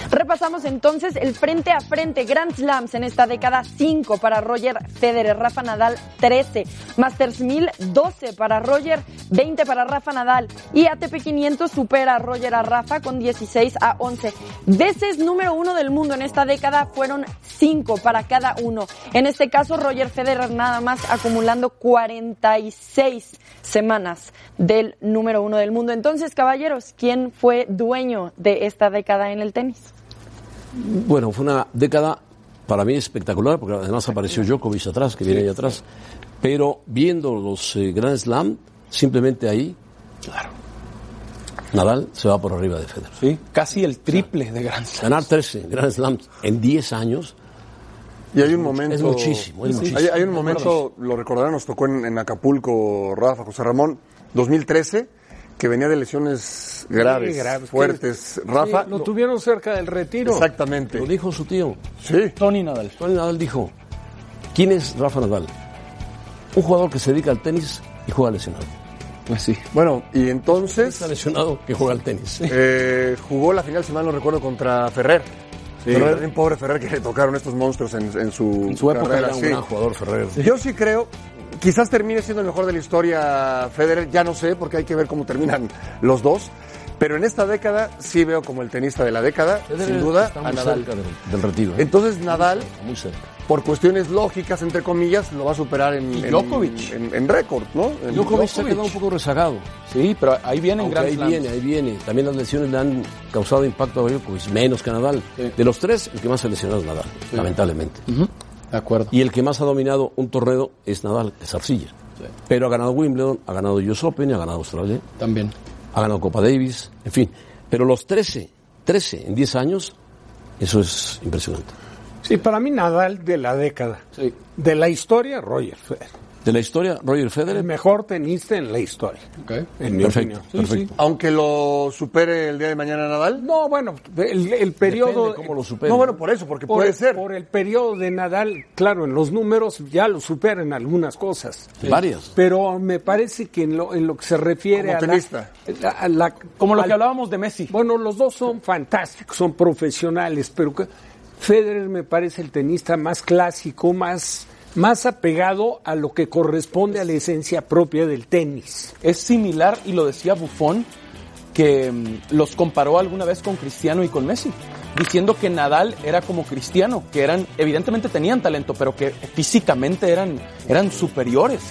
Speaker 7: repasamos entonces el frente a frente Grand Slams en esta década 5 para Roger Federer, Rafa Nadal 13, Masters 1000 12 para Roger, 20 para Rafa Nadal y ATP 500 supera a Roger a Rafa con 16 a 11. Veces número uno del mundo en esta década fueron 5 para cada uno. En este caso Roger Federer nada más acumulando 46 semanas del número uno del mundo. Entonces, caballeros, ¿quién fue dueño de esta década en el tenis?
Speaker 2: Bueno, fue una década para mí espectacular, porque además apareció Djokovic atrás, que viene ahí atrás. Pero viendo los eh, Grand Slam, simplemente ahí, claro. Nadal se va por arriba de Federer.
Speaker 4: Sí, casi el triple de Grand Slam.
Speaker 2: Ganar 13 Grand Slams en 10 años.
Speaker 5: Y hay un momento.
Speaker 2: Es muchísimo, es
Speaker 5: Sí.
Speaker 2: muchísimo.
Speaker 5: Hay, hay un momento, lo recordarán, nos tocó en, en Acapulco, Rafa, José Ramón, 2013, que venía de lesiones graves,
Speaker 3: Sí,
Speaker 5: fuertes. Rafa.
Speaker 3: Sí, lo tuvieron cerca del retiro.
Speaker 5: Exactamente.
Speaker 2: Lo dijo su tío.
Speaker 5: Sí.
Speaker 2: Tony Nadal. Tony Nadal dijo, ¿quién es Rafa Nadal? Un jugador que se dedica al tenis y juega lesionado.
Speaker 4: Así.
Speaker 5: Bueno, y entonces.
Speaker 2: Está lesionado que juega al tenis.
Speaker 5: Eh, jugó la final, si mal no recuerdo, contra Ferrer.
Speaker 2: Sí.
Speaker 5: Ferrer, también pobre Ferrer que le tocaron estos monstruos en, en su,
Speaker 2: En su época
Speaker 5: carrera,
Speaker 2: era un
Speaker 5: sí.
Speaker 2: gran jugador Ferrer.
Speaker 5: Yo sí creo, quizás termine siendo el mejor de la historia Federer, ya no sé, porque hay que ver cómo terminan los dos. Pero en esta década sí veo como el tenista de la década,
Speaker 2: Federer
Speaker 5: sin duda,
Speaker 2: está muy
Speaker 5: a Nadal.
Speaker 2: cerca del, del retiro. ¿eh?
Speaker 5: Entonces Nadal,
Speaker 2: muy cerca.
Speaker 5: por cuestiones lógicas, entre comillas, lo va a superar en,
Speaker 4: Y
Speaker 5: en-
Speaker 4: Djokovic.
Speaker 5: en, en récord, ¿no? En
Speaker 2: Djokovic se ha quedado un poco rezagado.
Speaker 4: Sí, pero ahí viene en
Speaker 2: Aunque
Speaker 4: Grand
Speaker 2: ahí
Speaker 4: Slams.
Speaker 2: viene, ahí viene. También las lesiones le han causado impacto a Djokovic, pues, menos que a Nadal. De los tres, el que más se lesionado es Nadal, lamentablemente.
Speaker 4: De acuerdo.
Speaker 2: Y el que más ha dominado un torneo es Nadal, que es Arcilla. Pero ha ganado Wimbledon, ha ganado US Open, ha ganado Australia,
Speaker 4: También.
Speaker 2: ha ganado Copa Davis, en fin. Pero los 13, 13 en 10 años, eso es impresionante.
Speaker 3: Sí, para mí Nadal de la década. De la historia, Roger Federer.
Speaker 2: De la historia, Roger
Speaker 3: El
Speaker 2: Federer,
Speaker 3: mejor tenista en la historia. En mi
Speaker 2: perfecto,
Speaker 3: opinión. Sí,
Speaker 2: perfecto.
Speaker 5: Aunque lo supere el día de mañana Nadal.
Speaker 3: No, bueno, el, el periodo...
Speaker 2: Depende cómo lo supere.
Speaker 5: No, bueno, por eso, porque
Speaker 3: Por,
Speaker 5: puede ser.
Speaker 3: por el periodo de Nadal, claro, en los números ya lo superan algunas cosas.
Speaker 2: Varias.
Speaker 3: Pero me parece que en lo, en lo que se refiere
Speaker 5: Como
Speaker 3: a la-
Speaker 5: tenista.
Speaker 3: la, a la-
Speaker 4: Como lo
Speaker 3: al-
Speaker 4: que hablábamos de Messi.
Speaker 3: Bueno, los dos son fantásticos, son profesionales, pero que- Federer me parece el tenista más clásico, más, más apegado a lo que corresponde a la esencia propia del tenis.
Speaker 4: Es similar, y lo decía Buffon, que mm, los comparó alguna vez con Cristiano y con Messi, diciendo que Nadal era como Cristiano, que eran, evidentemente tenían talento, pero que físicamente eran, eran superiores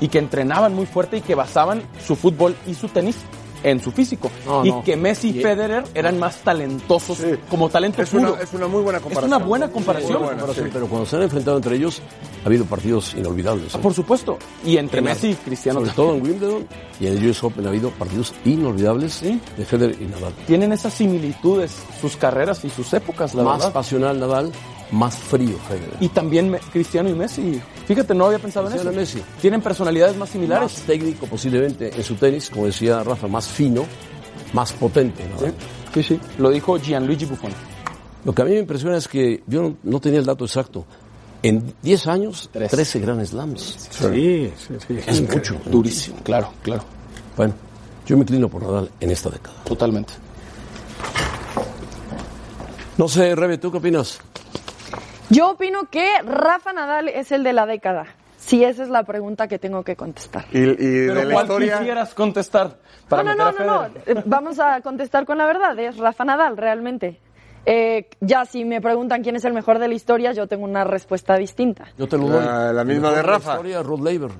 Speaker 4: y que entrenaban muy fuerte y que basaban su fútbol y su tenis en su físico.
Speaker 2: No,
Speaker 4: y
Speaker 2: no.
Speaker 4: que Messi y Federer eran más talentosos como talento
Speaker 5: Es
Speaker 4: puro.
Speaker 5: una, es una muy buena comparación.
Speaker 4: Es una buena comparación.
Speaker 5: Muy buena,
Speaker 4: Comparación,
Speaker 5: sí.
Speaker 2: Pero cuando se han enfrentado entre ellos, ha habido partidos inolvidables. ¿eh?
Speaker 4: Por supuesto. Y entre
Speaker 2: Claro.
Speaker 4: Messi y Cristiano
Speaker 2: Sobre
Speaker 4: también.
Speaker 2: todo en Wimbledon y en el US Open ha habido partidos inolvidables de Federer y Nadal.
Speaker 4: tienen esas similitudes, sus carreras y sus épocas, la
Speaker 2: más
Speaker 4: verdad.
Speaker 2: pasional Nadal, más frío Federer.
Speaker 4: Y también me- Cristiano y Messi. Fíjate, no había pensado en eso.
Speaker 2: Cristiano y Messi.
Speaker 4: Tienen personalidades más
Speaker 2: más
Speaker 4: similares.
Speaker 2: técnico posiblemente en su tenis, como decía Rafa, más fino, más potente. Nadal.
Speaker 4: Sí, sí. Lo dijo Gianluigi Buffon.
Speaker 2: Lo que a mí me impresiona es que yo no, no tenía el dato exacto. En 10 años, 13 Grand Slams.
Speaker 3: Sí, sí, sí.
Speaker 2: Es mucho.
Speaker 4: Durísimo. Claro, claro.
Speaker 2: Bueno, yo me inclino por Nadal en esta década.
Speaker 4: Totalmente.
Speaker 2: No sé, Rebe, ¿tú qué opinas?
Speaker 7: Yo opino que Rafa Nadal es el de la década. Si esa es la pregunta que tengo que contestar.
Speaker 5: Y, y de
Speaker 4: Pero
Speaker 5: la
Speaker 4: ¿cuál
Speaker 5: historia.
Speaker 4: quisieras contestar? Para
Speaker 7: no, no,
Speaker 4: meter
Speaker 7: no,
Speaker 4: a
Speaker 7: no, no.
Speaker 4: Federer?
Speaker 7: Eh, Vamos a contestar con la verdad. Es Rafa Nadal, realmente. Eh, ya si me preguntan quién es el mejor de la historia, yo tengo una respuesta distinta.
Speaker 2: Yo te lo doy.
Speaker 5: La, la misma de Rafa.
Speaker 2: historia, Rod Laver.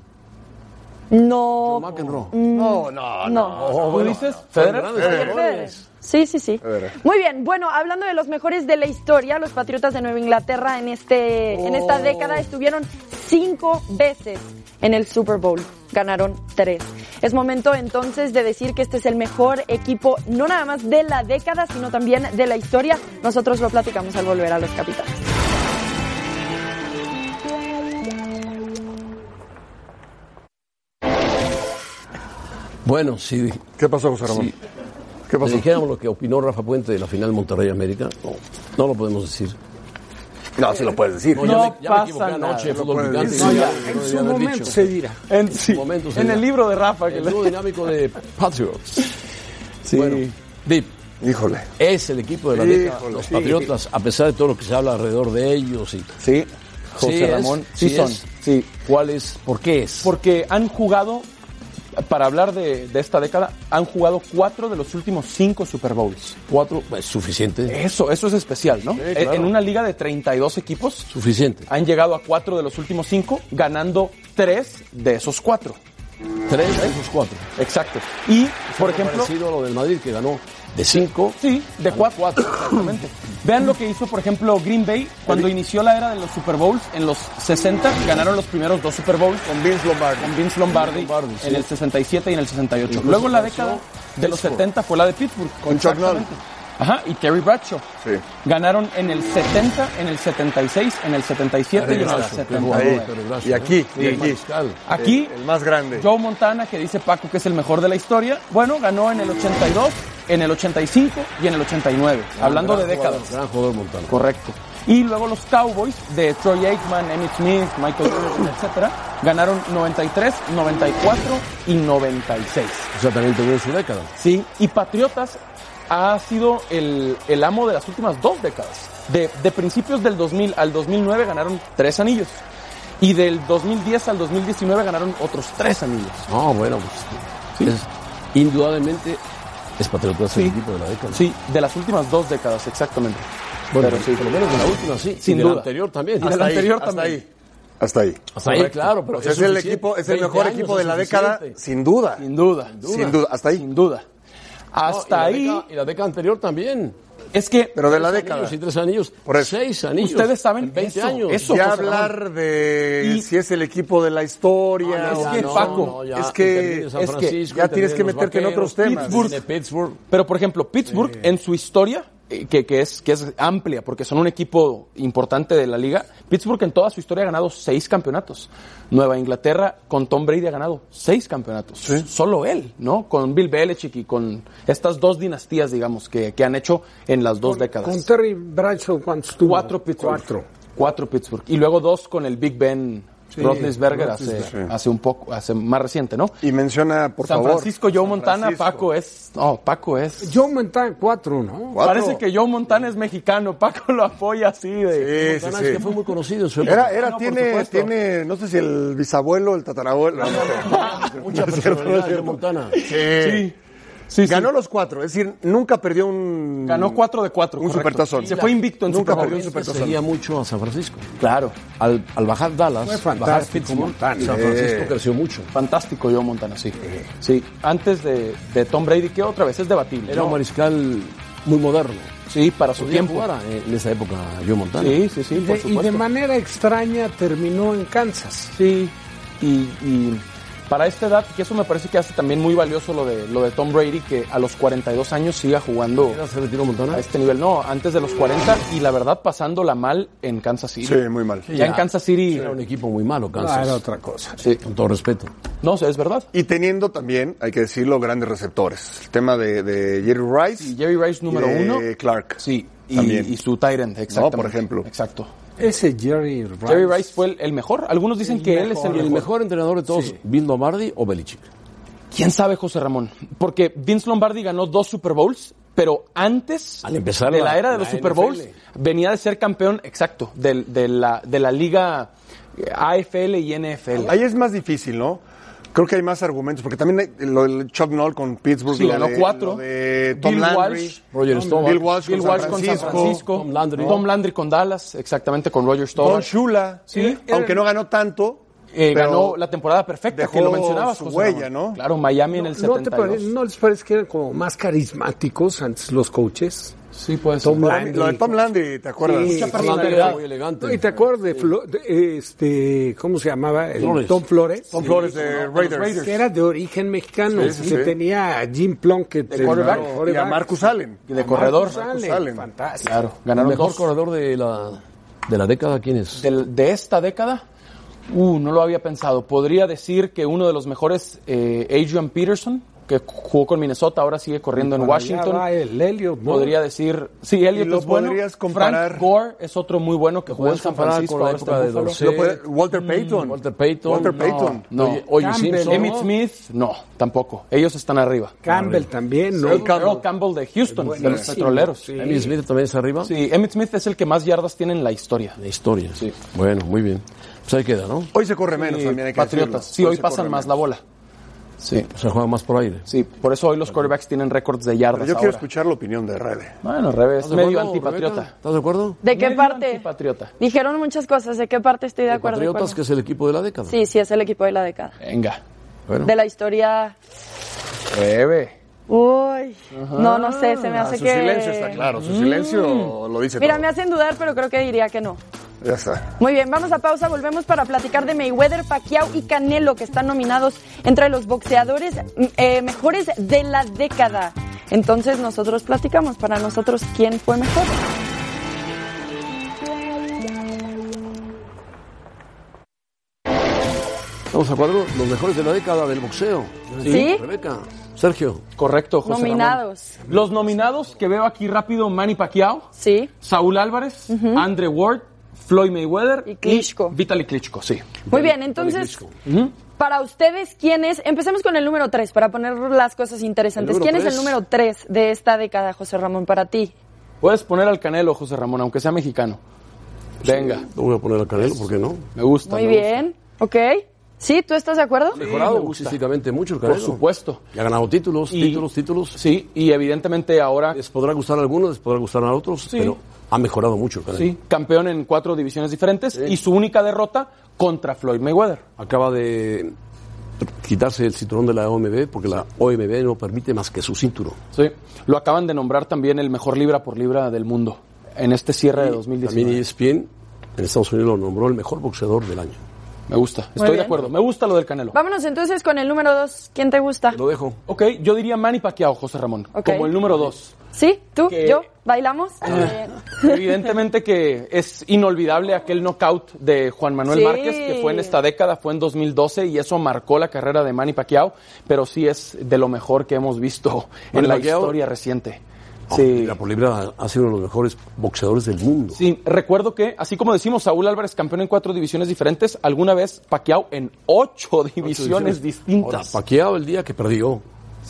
Speaker 7: No.
Speaker 2: McEnroe.
Speaker 7: No, no, no.
Speaker 4: ¿Tú dices Federer?
Speaker 7: Roger Federer. Sí, sí, sí. Muy bien, bueno, hablando de los mejores de la historia, los Patriotas de Nueva Inglaterra en, este, en esta
Speaker 2: Oh.
Speaker 7: década estuvieron cinco veces en el Super Bowl, ganaron tres. Es momento entonces de decir que este es el mejor equipo, no nada más de la década, sino también de la historia. Nosotros lo platicamos al volver a los capitales.
Speaker 2: Bueno, sí.
Speaker 5: ¿Qué pasó, José Ramón?
Speaker 2: Sí.
Speaker 5: ¿Qué pasó?
Speaker 2: Si dijéramos lo que opinó Rafa Puente de la final Monterrey América, no, no lo podemos decir.
Speaker 5: No, sí lo puedes decir.
Speaker 4: No pasa
Speaker 2: equivoqué
Speaker 4: nada,
Speaker 2: anoche de
Speaker 5: no
Speaker 2: fútbol
Speaker 5: puedes
Speaker 2: picante.
Speaker 5: decir.
Speaker 2: y ya, no debía
Speaker 3: En
Speaker 5: No,
Speaker 3: su
Speaker 2: haber
Speaker 3: momento
Speaker 2: dicho.
Speaker 3: se dirá.
Speaker 4: En, sí,
Speaker 2: momento,
Speaker 4: en
Speaker 2: señor.
Speaker 4: el libro de Rafa. que
Speaker 2: El
Speaker 4: le-
Speaker 2: dúo dinámico de Patriots.
Speaker 4: Sí.
Speaker 2: Bueno, Deep,
Speaker 5: Híjole.
Speaker 2: Es el equipo de la
Speaker 5: Híjole,
Speaker 2: década. Los
Speaker 5: sí.
Speaker 2: Patriotas, a pesar de todo lo que se habla alrededor de ellos. Y...
Speaker 5: Sí,
Speaker 4: José Ramón, sí son,
Speaker 5: Sí.
Speaker 2: ¿Cuál es? ¿Por qué es?
Speaker 4: Porque han jugado, para hablar de, de esta década, han jugado cuatro de los últimos cinco Super Bowls.
Speaker 2: Cuatro, es suficiente.
Speaker 4: Eso, eso es especial, ¿no? E,
Speaker 2: claro.
Speaker 4: En- En una liga de 32 equipos,
Speaker 2: Suficiente.
Speaker 4: han llegado a cuatro de los últimos cinco, ganando tres de esos cuatro.
Speaker 2: Tres de esos cuatro.
Speaker 4: Exacto. Y, por ejemplo,
Speaker 2: parecido a lo del Madrid que ganó de cinco.
Speaker 4: Sí, de cuatro. exactamente. Vean lo que hizo, por ejemplo, Green Bay cuando inició la era de los Super Bowls en los 60. Ganaron los primeros dos Super Bowls. Con Vince Lombardi. Con Vince Lombardi,
Speaker 2: sí.
Speaker 4: en el 67 y en el 68.
Speaker 2: Incluso
Speaker 4: Luego la
Speaker 2: pasó
Speaker 4: década de los
Speaker 2: Pittsburgh.
Speaker 4: 70 fue la de Pittsburgh. Con Chuck Noll. Ajá, y Terry Bradshaw.
Speaker 5: Sí.
Speaker 4: Ganaron en el 70, en el 76, en el 77 y en el
Speaker 2: Bradshaw, qué
Speaker 4: 79.
Speaker 2: jugador,
Speaker 5: Ahí.
Speaker 2: Terry Bradshaw,
Speaker 5: Y aquí,
Speaker 2: ¿no?
Speaker 5: y
Speaker 2: El
Speaker 5: aquí.
Speaker 2: mariscal.
Speaker 4: Aquí,
Speaker 5: El, el más grande.
Speaker 4: Joe Montana, que dice Paco que es el mejor de la historia, bueno, ganó en el 82, en el 85 y en el 89, hablando de
Speaker 2: Gran jugador,
Speaker 4: décadas.
Speaker 2: Gran jugador Montano.
Speaker 4: Correcto. Y luego los Cowboys de Troy Aikman, Emmitt Smith, Michael Irvin, etcétera, ganaron 93, 94 y 96.
Speaker 2: O sea, también tuvieron su década.
Speaker 4: Sí, y Patriotas ha sido el, el amo de las últimas dos décadas. De, de principios del 2000 al 2009 ganaron tres anillos. Y del 2010 al 2019 ganaron otros tres anillos.
Speaker 2: No, bueno, pues. es- indudablemente es Patriotas el equipo de la década.
Speaker 4: Sí, de las últimas dos décadas, exactamente.
Speaker 2: Bueno,
Speaker 4: Pero sí.
Speaker 2: por lo menos de la última, sí.
Speaker 4: Sin
Speaker 2: y de
Speaker 4: duda.
Speaker 2: la anterior también.
Speaker 4: Y de la anterior
Speaker 5: hasta
Speaker 4: también.
Speaker 5: ahí. Hasta ahí.
Speaker 2: Hasta ahí, claro, pero
Speaker 5: O sea, es,
Speaker 2: es
Speaker 5: el
Speaker 2: suficiente.
Speaker 5: equipo, es el
Speaker 2: 20
Speaker 5: mejor
Speaker 2: años
Speaker 5: equipo de
Speaker 2: es
Speaker 5: la década,
Speaker 2: suficiente.
Speaker 5: sin duda.
Speaker 4: Sin duda.
Speaker 5: Sin duda, hasta ahí.
Speaker 4: Sin duda.
Speaker 2: No,
Speaker 4: Hasta
Speaker 2: y la
Speaker 4: ahí.
Speaker 2: década- y la década anterior también.
Speaker 4: Es que
Speaker 5: Pero de la
Speaker 2: Tres
Speaker 5: década.
Speaker 2: anillos y tres anillos.
Speaker 5: Por eso.
Speaker 2: Seis anillos.
Speaker 4: ustedes saben
Speaker 2: en 20
Speaker 4: eso,
Speaker 2: años.
Speaker 4: eso,
Speaker 5: Ya
Speaker 4: José Ramón.
Speaker 5: hablar de
Speaker 4: Y-
Speaker 5: si es el equipo de la historia.
Speaker 4: no,
Speaker 5: o-
Speaker 4: ya que, no, Paco, no,
Speaker 5: es que,
Speaker 4: es que
Speaker 5: ya tienes que meterte en otros temas.
Speaker 2: De
Speaker 4: Pittsburgh.
Speaker 2: Pittsburgh.
Speaker 4: Pero por ejemplo, Pittsburgh en su historia, eh, que, que es, que es amplia, porque son un equipo importante de la liga, Pittsburgh en toda su historia ha ganado seis campeonatos. Nueva Inglaterra con Tom Brady ha ganado seis campeonatos. Solo él, ¿no? Con Bill Belichick y con estas dos dinastías, digamos, que, que han hecho en las dos décadas.
Speaker 3: Con Terry Bradshaw, ¿cuántos tuvo?
Speaker 4: Cuatro Pittsburgh.
Speaker 3: Cuatro.
Speaker 4: Cuatro Pittsburgh. Y luego dos con el Big Ben Roethlisberger hace, hace un poco, hace más reciente, ¿no?
Speaker 5: Y menciona, por
Speaker 4: San
Speaker 5: favor.
Speaker 4: Francisco, Joe Montana,
Speaker 5: Francisco.
Speaker 4: Paco es. No, Paco es.
Speaker 3: Joe Montana, cuatro, ¿no?
Speaker 5: Cuatro.
Speaker 4: Parece que Joe Montana es mexicano. Paco lo apoya así de.
Speaker 5: Sí, sí,
Speaker 2: Montana
Speaker 5: sí.
Speaker 2: es que fue muy conocido en su época.
Speaker 5: Era, era,
Speaker 4: No, por
Speaker 5: tiene,
Speaker 4: supuesto.
Speaker 5: tiene, no sé si el bisabuelo, el tatarabuelo.
Speaker 2: Mucha personalidad de Montana.
Speaker 5: Sí.
Speaker 4: Sí, sí.
Speaker 5: Ganó los cuatro, es decir, nunca perdió un.
Speaker 4: Ganó cuatro de cuatro.
Speaker 5: Un
Speaker 4: correcto.
Speaker 5: supertazón.
Speaker 4: Se fue invicto en
Speaker 5: Nunca
Speaker 4: Super Bowl.
Speaker 5: perdió un
Speaker 2: Este
Speaker 5: supertazón.
Speaker 2: seguía mucho a San Francisco.
Speaker 4: Claro.
Speaker 2: Al, al bajar Dallas,
Speaker 3: Fue
Speaker 2: bajar
Speaker 3: fantástico,
Speaker 2: Pittsburgh,
Speaker 3: Montana.
Speaker 2: San Francisco creció mucho.
Speaker 4: Fantástico Joe Montana, sí. Sí. Antes de, de Tom Brady, que otra vez es debatible.
Speaker 2: Era
Speaker 4: ¿no?
Speaker 2: un mariscal muy moderno.
Speaker 4: Sí, para su
Speaker 2: Podía
Speaker 4: tiempo.
Speaker 2: jugar a- en esa época Joe Montana.
Speaker 4: Sí, sí, sí,
Speaker 3: Y
Speaker 4: por
Speaker 3: de, y
Speaker 4: supuesto.
Speaker 3: de manera extraña terminó en Kansas.
Speaker 4: Sí, y, y para esta edad, que eso me parece que hace también muy valioso lo de, lo de Tom Brady, que a los 42 años siga jugando
Speaker 2: Era, se retiró Montana.
Speaker 4: a este nivel. No, antes de los 40 y la verdad pasándola mal en Kansas City.
Speaker 5: Sí, muy mal.
Speaker 4: ya, en Kansas City.
Speaker 2: Era un equipo muy malo, Kansas.
Speaker 3: Ah, era otra cosa.
Speaker 4: Sí.
Speaker 2: Con todo respeto.
Speaker 4: No, es verdad.
Speaker 5: Y teniendo también, hay que decirlo, grandes receptores. El tema de, de Jerry Rice.
Speaker 4: Y Jerry Rice número
Speaker 5: de
Speaker 4: uno.
Speaker 5: Clark.
Speaker 4: Sí, y,
Speaker 5: eh, También.
Speaker 4: y su Tyrant, exactamente.
Speaker 5: por ejemplo.
Speaker 4: Exacto.
Speaker 3: Ese Jerry Rice.
Speaker 4: Jerry Rice fue el, el mejor. Algunos dicen que él es el
Speaker 2: ¿Y
Speaker 4: mejor.
Speaker 2: el mejor entrenador de todos, Bill Lombardi o Belichick?
Speaker 4: ¿Quién sabe, José Ramón? Porque Vince Lombardi ganó dos Super Bowls, pero antes
Speaker 2: Al empezar
Speaker 4: de la,
Speaker 2: la-
Speaker 4: era de
Speaker 2: la
Speaker 4: los Super Bowls,
Speaker 2: NFL.
Speaker 4: venía de ser campeón, exacto, del- de, la, de la liga eh, AFL y NFL.
Speaker 5: Ahí es más difícil, ¿no? Creo que hay más argumentos, porque también hay- lo del Chuck Noll con Pittsburgh.
Speaker 4: Sí,
Speaker 5: lo
Speaker 4: ganó
Speaker 5: de-
Speaker 4: cuatro.
Speaker 5: lo de Tom
Speaker 4: Bill
Speaker 5: Landry.
Speaker 4: Walsh.
Speaker 2: Roger Stovall.
Speaker 5: Bill Walsh,
Speaker 4: Bill
Speaker 5: con,
Speaker 4: Walsh
Speaker 5: San
Speaker 4: con San Francisco,
Speaker 2: Tom Landry.
Speaker 4: Tom Landry con Dallas, exactamente, con Roger
Speaker 5: Don
Speaker 4: Stovall.
Speaker 5: Shula. ¿eh?
Speaker 4: Sí.
Speaker 5: Aunque no ganó tanto.
Speaker 4: Eh,
Speaker 5: pero
Speaker 4: ganó la temporada perfecta, que
Speaker 5: dejó
Speaker 4: lo mencionabas,
Speaker 5: su
Speaker 4: José
Speaker 5: huella,
Speaker 4: Ramón.
Speaker 5: ¿no?
Speaker 4: Claro, Miami en el
Speaker 3: ¿No, te
Speaker 4: 72.
Speaker 3: parece- ¿No les parece que eran como más carismáticos antes los coaches?
Speaker 4: Sí, puede ser.
Speaker 3: Tom Landry.
Speaker 5: Lo de Tom Landry, ¿te acuerdas?
Speaker 3: Sí,
Speaker 5: Mucha
Speaker 3: sí,
Speaker 2: personalidad.
Speaker 3: sí.
Speaker 2: Muy elegante.
Speaker 3: No, y te acuerdas de, Flo- de, este, ¿cómo se llamaba? El
Speaker 2: Flores.
Speaker 3: Tom Flores.
Speaker 5: Tom Flores de Raiders.
Speaker 3: Que era de origen mexicano.
Speaker 5: Sí, sí,
Speaker 3: que
Speaker 5: sí.
Speaker 3: tenía a Jim Plunkett. el
Speaker 4: quarterback.
Speaker 3: mejor
Speaker 5: Y a
Speaker 3: quarterback.
Speaker 5: Marcus Allen.
Speaker 4: Y de corredor.
Speaker 3: Marcus Allen,
Speaker 5: Allen.
Speaker 3: Fantástico.
Speaker 4: Claro,
Speaker 2: ¿El
Speaker 4: ganaron
Speaker 2: mejor
Speaker 4: dos.
Speaker 2: corredor de la, de la década quién es?
Speaker 4: del- de esta década, uh, no lo había pensado. Podría decir que uno de los mejores, eh, Adrian Peterson, que jugó con Minnesota, ahora sigue corriendo en
Speaker 3: Para allá
Speaker 4: Washington.
Speaker 3: va el Elliot Moore.
Speaker 4: Podría decir, sí, Elliot
Speaker 3: Y lo
Speaker 4: es bueno.
Speaker 3: podrías comparar-
Speaker 4: Frank Gore es otro muy bueno que jugó en
Speaker 2: puedes
Speaker 4: San
Speaker 2: comparar
Speaker 4: Francisco.
Speaker 2: con la
Speaker 4: ahora está
Speaker 2: época
Speaker 4: en
Speaker 2: de
Speaker 4: Buffalo.
Speaker 2: Dorsey. Lo puede-
Speaker 5: Walter Payton.
Speaker 2: Walter Payton.
Speaker 5: Walter Payton.
Speaker 4: No,
Speaker 2: Oye,
Speaker 4: Oye,
Speaker 2: Campbell,
Speaker 4: Simpson.
Speaker 2: ¿no?
Speaker 4: Emmitt Smith, no, tampoco. Ellos están arriba.
Speaker 3: Campbell también, ¿no?
Speaker 4: Earl Campbell. de Houston, de los
Speaker 2: buenísimo.
Speaker 4: petroleros.
Speaker 2: Sí. Emmitt Smith también está arriba.
Speaker 4: Sí, Emmitt Smith es el que más yardas tiene en la historia.
Speaker 2: La historia. Bueno, muy bien. Pues ahí queda, ¿no?
Speaker 5: Hoy se corre menos
Speaker 4: Sí,
Speaker 5: también, hay que
Speaker 4: Patriotas.
Speaker 5: decirlo.
Speaker 4: Sí, hoy
Speaker 5: se
Speaker 4: pasan
Speaker 5: corre
Speaker 4: más
Speaker 5: menos.
Speaker 4: la bola. Sí.
Speaker 2: Se juega más por aire.
Speaker 4: Sí, por eso hoy los quarterbacks tienen récords de yardas.
Speaker 5: Pero yo quiero
Speaker 4: ahora.
Speaker 5: escuchar la opinión de Rebe.
Speaker 4: Bueno, revés,
Speaker 2: ¿Estás de
Speaker 4: medio
Speaker 2: acuerdo,
Speaker 4: antipatriota.
Speaker 2: Rebeca? ¿Estás de acuerdo?
Speaker 7: ¿De qué parte?
Speaker 4: Patriota.
Speaker 7: Dijeron muchas cosas. ¿De qué parte estoy de acuerdo? de
Speaker 2: Patriotas, que
Speaker 7: acuerdo?
Speaker 2: es el equipo de la década.
Speaker 7: Sí, sí, es el equipo de la década.
Speaker 4: Venga.
Speaker 2: Bueno,
Speaker 7: De la historia.
Speaker 4: Rebe.
Speaker 7: Uy. No, no sé, se me hace
Speaker 5: su
Speaker 7: que.
Speaker 5: silencio está claro, su silencio lo dice
Speaker 7: Mm. Mira,
Speaker 5: todo.
Speaker 7: me hacen dudar, pero creo que diría que no.
Speaker 5: Ya está.
Speaker 7: Muy bien, vamos a pausa, volvemos para platicar de Mayweather, Pacquiao y Canelo, que están nominados entre los boxeadores mm, eh, mejores de la década. Entonces nosotros platicamos para nosotros quién fue mejor.
Speaker 2: Vamos a cuadro los mejores de la década del boxeo.
Speaker 7: ¿Sí?
Speaker 2: Rebeca, Sergio.
Speaker 4: Correcto, José Ramón.
Speaker 7: Nominados.
Speaker 4: Los nominados que veo aquí rápido, Manny Pacquiao,
Speaker 7: Sí.
Speaker 4: Saúl Álvarez, Andre Ward, Floyd Mayweather
Speaker 7: Y Klitschko.
Speaker 4: Vitaly Klitschko, sí.
Speaker 7: Muy bien, entonces,
Speaker 4: Ujú.
Speaker 7: para ustedes, ¿quién es? Empecemos con el número 3, para poner las cosas interesantes.
Speaker 2: El número
Speaker 7: ¿Quién es
Speaker 2: tres.
Speaker 7: el número 3 de esta década, José Ramón, para ti?
Speaker 4: Puedes poner al Canelo, José Ramón, aunque sea mexicano. Venga,
Speaker 2: Lo voy a poner a Canelo, ¿por qué no?
Speaker 4: me gusta.
Speaker 7: Muy
Speaker 4: me
Speaker 7: bien, ¿ok? ¿Sí? ¿Tú estás de acuerdo?
Speaker 2: Mejorado
Speaker 4: gusta.
Speaker 2: físicamente mucho el
Speaker 4: gusta.
Speaker 2: Canelo.
Speaker 4: Por supuesto.
Speaker 2: Y ha ganado títulos,
Speaker 4: Y-
Speaker 2: títulos, títulos.
Speaker 4: Sí, y evidentemente ahora
Speaker 2: Les podrá gustar a algunos, les podrá gustar a otros, pero ha mejorado mucho el Canelo.
Speaker 4: sí, campeón en cuatro divisiones diferentes y su única derrota contra Floyd Mayweather.
Speaker 2: Acaba de quitarse el cinturón de la OMB porque la OMB no permite más que su cinturón.
Speaker 4: Sí. Lo acaban de nombrar también el mejor libra por libra del mundo en este cierre de
Speaker 2: También E
Speaker 4: 2019.
Speaker 2: ESPN en Estados Unidos lo nombró el mejor boxeador del año.
Speaker 4: Me gusta, estoy de
Speaker 7: bien.
Speaker 4: acuerdo. Me gusta lo del Canelo.
Speaker 7: Vámonos entonces con el número 2. ¿Quién te gusta?
Speaker 2: Lo dejo.
Speaker 4: Ok, yo diría Manny Pacquiao, José Ramón,
Speaker 7: Ok.
Speaker 4: como el número dos.
Speaker 7: ¿Sí? ¿Tú?
Speaker 4: Que- Ah.
Speaker 7: ¿Yo? ¿Bailamos? Eh, Muy bien.
Speaker 4: Evidentemente que es inolvidable aquel knockout de Juan Manuel
Speaker 7: Sí.
Speaker 4: Márquez, que fue en esta década, fue en 2012, y eso marcó la carrera de Manny Pacquiao, pero sí es de lo mejor que hemos visto
Speaker 2: Manny
Speaker 4: en la
Speaker 2: Pacquiao.
Speaker 4: historia reciente.
Speaker 2: Oh,
Speaker 4: Sí.
Speaker 2: Libra por libra ha sido uno de los mejores boxeadores del mundo.
Speaker 4: Sí, recuerdo que, así como decimos, Saúl Álvarez campeón en cuatro divisiones diferentes, alguna vez Pacquiao en ocho divisiones
Speaker 2: Ahora,
Speaker 4: distintas.
Speaker 2: Pacquiao el día que perdió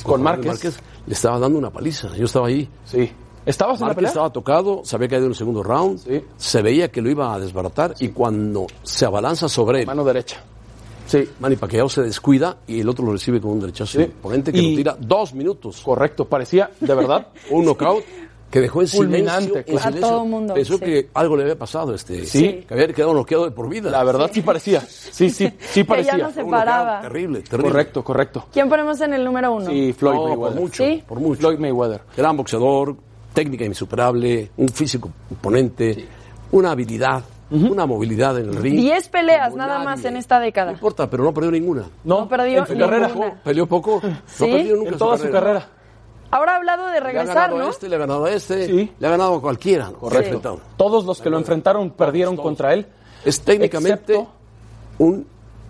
Speaker 4: Con
Speaker 2: Manuel
Speaker 4: Márquez.
Speaker 2: le estaba dando una paliza. Yo estaba ahí.
Speaker 4: Sí. ¿Estabas en la
Speaker 2: Márquez
Speaker 4: pelea?
Speaker 2: estaba tocado, se había caído en el segundo round,
Speaker 4: Sí.
Speaker 2: se veía que lo iba a desbaratar y cuando se abalanza sobre él,
Speaker 4: Mano derecha. Sí.
Speaker 2: Manny Pacquiao se descuida y el otro lo recibe con un derechazo
Speaker 4: Sí.
Speaker 2: imponente que
Speaker 4: Y-
Speaker 2: lo tira dos minutos.
Speaker 4: Correcto, parecía, de verdad,
Speaker 2: un knockout que dejó en
Speaker 4: Fulminante,
Speaker 2: silencio. en
Speaker 4: claro.
Speaker 7: A
Speaker 2: silencio.
Speaker 7: todo mundo,
Speaker 2: Pensó
Speaker 7: sí.
Speaker 2: que algo le había pasado a este.
Speaker 4: Sí.
Speaker 2: Que había quedado noqueado de por vida.
Speaker 4: la verdad sí parecía. Sí, sí, sí
Speaker 7: Que ya
Speaker 4: parecía.
Speaker 7: no se
Speaker 2: Un knockout
Speaker 7: paraba.
Speaker 2: Terrible, terrible.
Speaker 4: Correcto, correcto.
Speaker 7: ¿Quién ponemos en el número 1?
Speaker 4: Sí, Floyd
Speaker 2: No, por
Speaker 4: Mayweather.
Speaker 2: mucho,
Speaker 7: ¿Sí?
Speaker 2: por mucho.
Speaker 4: Floyd Mayweather.
Speaker 2: Gran boxeador, técnica insuperable, un físico imponente, una habilidad, una movilidad en el ring.
Speaker 7: 10 peleas nada más en esta
Speaker 2: No
Speaker 7: década.
Speaker 2: importa, pero no perdió ninguna.
Speaker 4: No,
Speaker 7: No perdió
Speaker 4: en su carrera.
Speaker 7: ninguna.
Speaker 2: Peleó poco,
Speaker 7: Sí.
Speaker 2: no perdió nunca
Speaker 4: En toda su carrera.
Speaker 7: Ahora ha hablado de
Speaker 2: Le ha
Speaker 7: regresar,
Speaker 2: ganado a
Speaker 7: ¿no?
Speaker 2: este, le ha ganado a este,
Speaker 4: Sí.
Speaker 2: le ha ganado a cualquiera. ¿no?
Speaker 4: Correcto.
Speaker 2: Perfecto.
Speaker 4: Todos los que lo enfrentaron perdieron contra él.
Speaker 2: Es técnicamente
Speaker 4: Excepto-
Speaker 2: un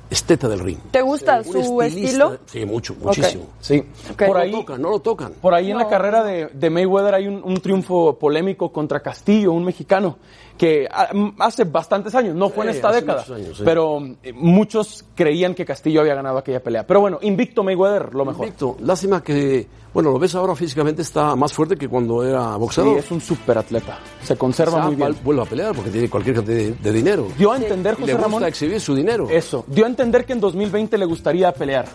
Speaker 2: esteta del ring.
Speaker 7: ¿Te gusta
Speaker 2: Un
Speaker 7: su
Speaker 2: estilista.
Speaker 7: estilo?
Speaker 2: Sí, mucho, muchísimo.
Speaker 4: Sí.
Speaker 7: Ok.
Speaker 4: Por
Speaker 2: No
Speaker 4: ahí
Speaker 2: lo tocan, no lo tocan.
Speaker 4: Por ahí en la carrera de, de Mayweather hay un, un triunfo polémico contra Castillo, un mexicano, que ah, mm, hace bastantes años, no fue en
Speaker 2: Sí,
Speaker 4: esta
Speaker 2: hace
Speaker 4: década,
Speaker 2: muchos años, sí.
Speaker 4: pero eh, muchos creían que Castillo había ganado aquella pelea. Pero bueno, invicto Mayweather, lo mejor.
Speaker 2: Perfecto. Lástima que, bueno, lo ves ahora físicamente está más fuerte que cuando era
Speaker 4: Sí,
Speaker 2: boxeador.
Speaker 4: es un superatleta, se conserva
Speaker 2: Quizá
Speaker 4: muy bien.
Speaker 2: val- vuelva a pelear porque tiene cualquier cantidad de, de dinero.
Speaker 4: Dio a entender,
Speaker 2: Y le
Speaker 4: José
Speaker 2: gusta
Speaker 4: Ramón,
Speaker 2: exhibir su dinero.
Speaker 4: Eso, dio a entender que en 2020 le gustaría pelear.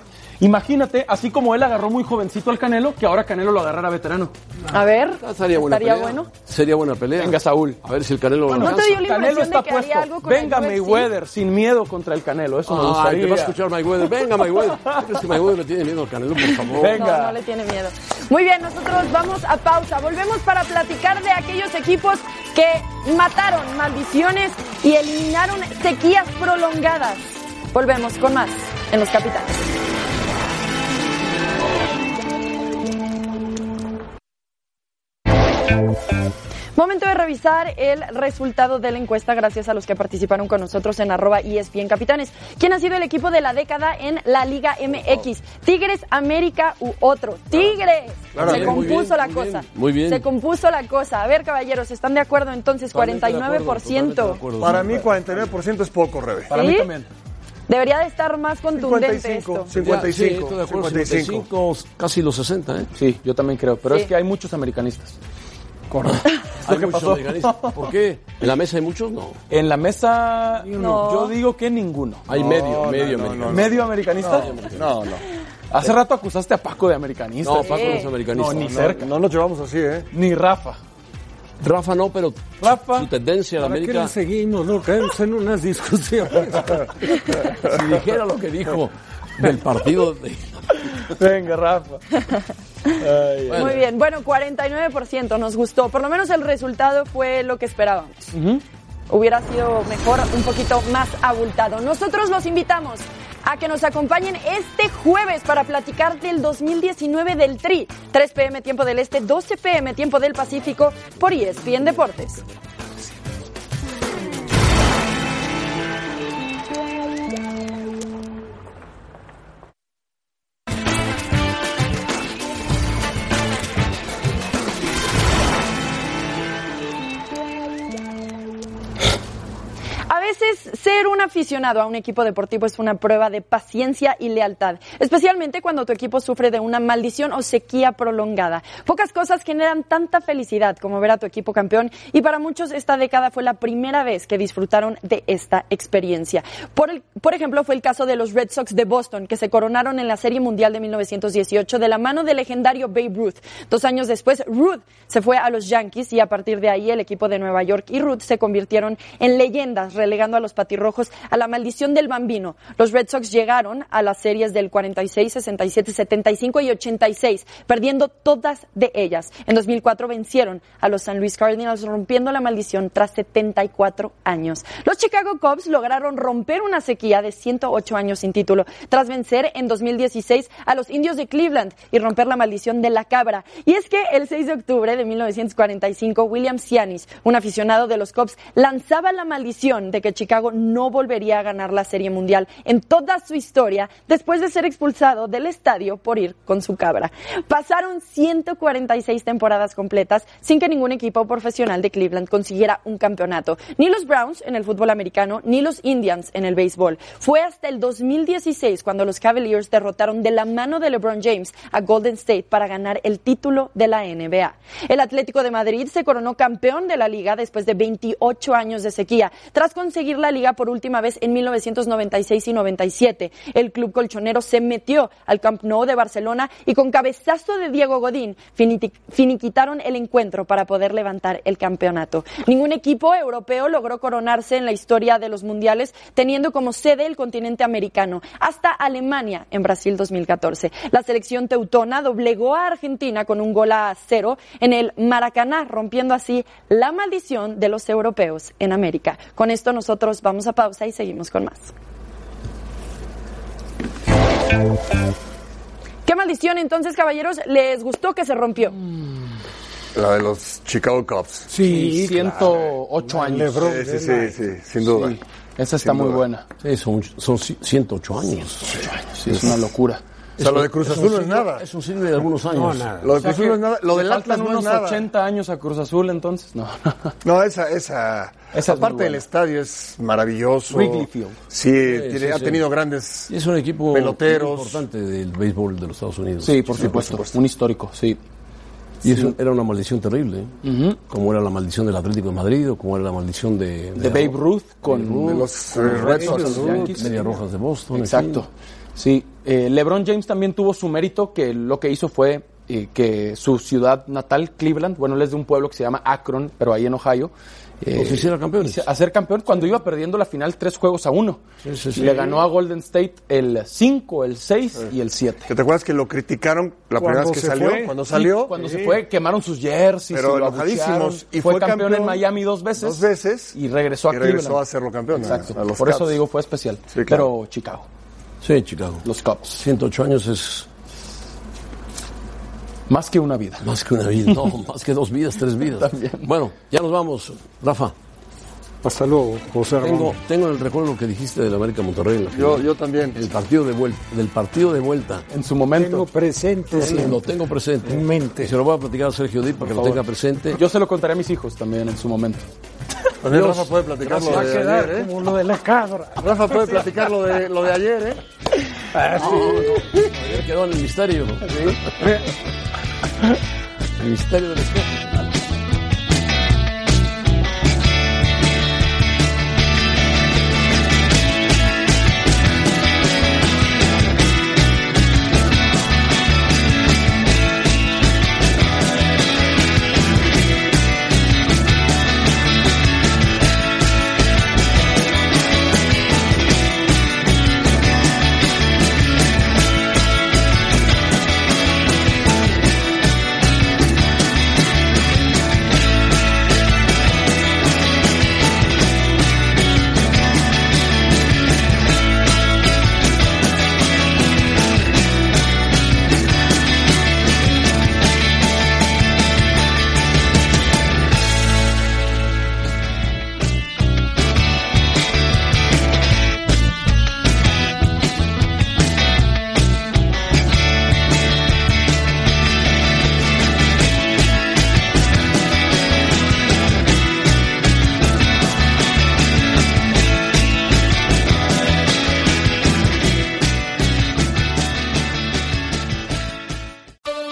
Speaker 4: Imagínate, así como él agarró muy jovencito al Canelo, que ahora Canelo lo agarrara veterano.
Speaker 7: A ver,
Speaker 2: Ah, Estaría, buena pelea.
Speaker 7: bueno.
Speaker 2: Sería buena pelea.
Speaker 4: Venga, Saúl.
Speaker 2: A ver si el Canelo lo
Speaker 7: ¿No te
Speaker 2: alcanza.
Speaker 7: dio la
Speaker 4: Canelo
Speaker 7: impresión
Speaker 4: está
Speaker 7: de que haría algo
Speaker 4: puesto.
Speaker 7: con el
Speaker 4: Venga
Speaker 7: UFC?
Speaker 4: Mayweather, sin miedo contra el Canelo,
Speaker 5: Ah,
Speaker 4: eso me
Speaker 2: Ay,
Speaker 4: gustaría.
Speaker 2: te va a escuchar Mayweather. Venga, Mayweather. ¿Tú ¿Crees que Mayweather le tiene miedo al Canelo, por favor?
Speaker 4: Venga.
Speaker 7: No, no le tiene miedo. Muy bien, nosotros vamos a pausa. Volvemos para platicar de aquellos equipos que mataron maldiciones y eliminaron sequías prolongadas. Volvemos con más en los capitales. Momento de revisar el resultado de la encuesta gracias a los que participaron con nosotros en arroba E ESPN Capitanes. ¿Quién ha sido el equipo de la década en la Liga MX? ¿Tigres, América u otro? ¡Tigres!
Speaker 2: Oh. Claro,
Speaker 7: Se
Speaker 2: bien, muy
Speaker 7: compuso
Speaker 2: bien,
Speaker 7: la
Speaker 2: muy
Speaker 7: cosa.
Speaker 2: bien, muy bien.
Speaker 7: Se compuso la cosa. A ver, caballeros, ¿están de acuerdo entonces?
Speaker 2: Totalmente de
Speaker 7: 49%.
Speaker 2: acuerdo, totalmente de acuerdo.
Speaker 5: Para mí 49% es poco, Rebe.
Speaker 7: Para mí ¿Sí? también. Debería de estar más contundente esto.
Speaker 5: 55,
Speaker 2: Sí, estoy de acuerdo,
Speaker 5: 55.
Speaker 2: 55, casi los 60, ¿eh?
Speaker 4: Sí, yo también creo, pero
Speaker 7: Sí.
Speaker 4: es que hay muchos americanistas.
Speaker 2: Hay
Speaker 4: ¿Qué
Speaker 2: muchos
Speaker 4: pasó?
Speaker 2: americanistas. ¿Por qué? ¿En la mesa hay muchos? No.
Speaker 4: En la mesa,
Speaker 7: No.
Speaker 4: yo digo que ninguno.
Speaker 2: Hay medio, medio americano.
Speaker 4: ¿Medio americanista?
Speaker 5: No, no.
Speaker 4: Hace rato acusaste a Paco de americanista.
Speaker 2: No, Paco
Speaker 7: Sí.
Speaker 2: no es americanista.
Speaker 4: No, ni
Speaker 2: No,
Speaker 4: cerca.
Speaker 5: No nos llevamos así, ¿eh?
Speaker 4: Ni Rafa.
Speaker 2: Rafa no, pero
Speaker 4: Rafa,
Speaker 2: su tendencia a la
Speaker 3: ¿Para qué
Speaker 2: América,
Speaker 3: le seguimos? No, caemos en unas discusiones.
Speaker 2: si dijera lo que dijo del partido de...
Speaker 4: venga, Rafa.
Speaker 7: Muy bien, bueno, 49% nos gustó. Por lo menos el resultado fue lo que esperábamos. Hubiera sido mejor, un poquito más abultado. Nosotros los invitamos a que nos acompañen este jueves para platicar del 2019 del TRI. 3 p.m. tiempo del Este, 12 p.m. tiempo del Pacífico por E ESPN Deportes. A veces ser un aficionado a un equipo deportivo es una prueba de paciencia y lealtad, especialmente cuando tu equipo sufre de una maldición o sequía prolongada. Pocas cosas generan tanta felicidad como ver a tu equipo campeón y para muchos esta década fue la primera vez que disfrutaron de esta experiencia. Por, el- por ejemplo, fue el caso de los Red Sox de Boston, que se coronaron en la Serie Mundial de 1918 de la mano del legendario Babe Ruth. Dos años después, Pues Ruth se fue a los Yankees y a partir de ahí el equipo de Nueva York y Ruth se convirtieron en leyendas, relegando a los patirrojos a la maldición del bambino. Los Red Sox llegaron a las series del 46, 67, 75 y 86, perdiendo todas de ellas. En 2004 vencieron a los San Luis Cardinals, rompiendo la maldición tras 74 años. Los Chicago Cubs lograron romper una sequía de 108 años sin título, tras vencer en 2016 a los indios de Cleveland y romper la maldición de la cabra. Y es que el 6 de octubre de 1945, William Sianis, un aficionado de los Cubs, lanzaba la maldición de que Chicago no volvería a ganar la Serie Mundial en toda su historia después de ser expulsado del estadio por ir con su cabra. Pasaron 146 temporadas completas sin que ningún equipo profesional de Cleveland consiguiera un campeonato. Ni los Browns en el fútbol americano, ni los Indians en el béisbol. Fue hasta el 2016 cuando los Cavaliers derrotaron de la mano de LeBron James a Golden State para ganar el título de la NBA. El Atlético de Madrid se coronó campeón de la liga después de 28 años de sequía, tras conseguir la liga por última vez en 1996 y 97. El club colchonero se metió al Camp Nou de Barcelona y con cabezazo de Diego Godín finiti- finiquitaron el encuentro para poder levantar el campeonato. Ningún equipo europeo logró coronarse en la historia de los mundiales teniendo como sede el continente americano, hasta Alemania en Brasil 2014. La selección teutona doblegó a Argentina con un gol a cero en el Maracaná, rompiendo así la maldición de los europeos en América. Con esto nosotros vamos a pausa y seguimos con más. ¿Qué maldición entonces, caballeros? ¿Les gustó que se rompió?
Speaker 5: La de los Chicago Cubs.
Speaker 4: Sí, 108 años.
Speaker 5: Sí, sí, sí, sí, sin duda.
Speaker 4: Sí, esa está
Speaker 5: Sin
Speaker 4: muy
Speaker 5: duda.
Speaker 4: buena.
Speaker 2: Sí, son, son 108 años.
Speaker 4: Sí, es una locura.
Speaker 5: O sea, lo de Cruz
Speaker 2: Es un
Speaker 5: Azul no es
Speaker 2: siglo-
Speaker 5: nada.
Speaker 2: Es un siglo de algunos años.
Speaker 3: nada.
Speaker 5: Lo de
Speaker 4: O sea
Speaker 5: Cruz Azul no
Speaker 4: que
Speaker 5: es nada.
Speaker 4: le
Speaker 5: Lo del Atlas
Speaker 4: faltan
Speaker 5: no es
Speaker 4: unos
Speaker 5: nada.
Speaker 4: 80 años a Cruz Azul, entonces. No, no.
Speaker 5: No, esa, esa.
Speaker 4: Esa es muy
Speaker 5: parte del
Speaker 4: buena.
Speaker 5: estadio es maravilloso.
Speaker 4: Wrigley Field.
Speaker 5: Sí, tiene-
Speaker 2: sí,
Speaker 5: ha
Speaker 2: sí.
Speaker 5: tenido grandes.
Speaker 2: Y es un equipo
Speaker 5: Peloteros.
Speaker 2: importante del béisbol de los Estados Unidos.
Speaker 4: Sí, por supuesto, Un histórico, sí.
Speaker 2: Y eso era una maldición terrible, ¿eh? como era la maldición del Atlético de Madrid o como era la maldición de,
Speaker 4: De Babe Ruth con
Speaker 5: de los eh, Red Sox.
Speaker 4: los Yankees.
Speaker 2: Media Rojas de Boston. en
Speaker 4: Exacto. Sí, eh, LeBron James también tuvo su mérito, que lo que hizo fue eh, que su ciudad natal, Cleveland, bueno, él es de un pueblo que se llama Akron, pero ahí en Ohio. eh,
Speaker 2: Los hiciera campeones.
Speaker 4: hice- Hacer campeón cuando iba perdiendo la final tres juegos a uno.
Speaker 2: Sí, sí, sí.
Speaker 4: Le ganó a Golden State el 5, el 6 y el 7.
Speaker 5: ¿Te acuerdas que lo criticaron la primera
Speaker 3: Cuando
Speaker 5: vez
Speaker 3: se
Speaker 5: que salió?
Speaker 3: fue.
Speaker 5: Cuando
Speaker 4: Sí,
Speaker 5: salió.
Speaker 4: cuando
Speaker 5: Sí.
Speaker 4: se fue, quemaron sus jerseys.
Speaker 5: Pero
Speaker 4: y lo
Speaker 5: enojadísimos.
Speaker 4: abuchearon.
Speaker 5: Y
Speaker 4: fue,
Speaker 5: fue
Speaker 4: campeón, en
Speaker 5: campeón
Speaker 4: Miami dos veces.
Speaker 5: dos veces.
Speaker 4: Y regresó a
Speaker 5: Y regresó
Speaker 4: Cleveland.
Speaker 5: a serlo campeón, a-
Speaker 4: Exacto.
Speaker 5: a los
Speaker 4: Por eso
Speaker 5: Cubs.
Speaker 4: digo, fue especial.
Speaker 5: Sí, claro.
Speaker 4: Pero Chicago,
Speaker 2: Sí, Chicago.
Speaker 4: los Cubs.
Speaker 2: 108 años es
Speaker 4: Más que una vida.
Speaker 2: Más que una vida, no, más que dos vidas, tres vidas. Bueno, ya nos vamos, Rafa.
Speaker 3: Hasta luego, José Ramón.
Speaker 2: Tengo, tengo en el recuerdo lo que dijiste del América Monterrey. en la
Speaker 5: Yo-
Speaker 2: final.
Speaker 5: yo también.
Speaker 2: El partido de vuelta, del partido de vuelta.
Speaker 4: En su momento.
Speaker 3: Tengo presente. siempre.
Speaker 2: Lo tengo presente.
Speaker 3: En mente.
Speaker 2: Y se lo voy a platicar a Sergio Díaz para que lo
Speaker 4: favor.
Speaker 2: tenga presente.
Speaker 4: Yo se lo contaré a mis hijos también en su momento.
Speaker 5: También
Speaker 2: Dios.
Speaker 5: Rafa puede platicar lo
Speaker 3: Va a
Speaker 5: de
Speaker 3: quedar
Speaker 5: ayer, ¿eh?
Speaker 3: como lo de la cabra.
Speaker 5: Rafa puede platicar lo de, lo de ayer, ¿eh?
Speaker 2: Ayer quedó en el misterio. el misterio del espejo.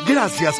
Speaker 1: Gracias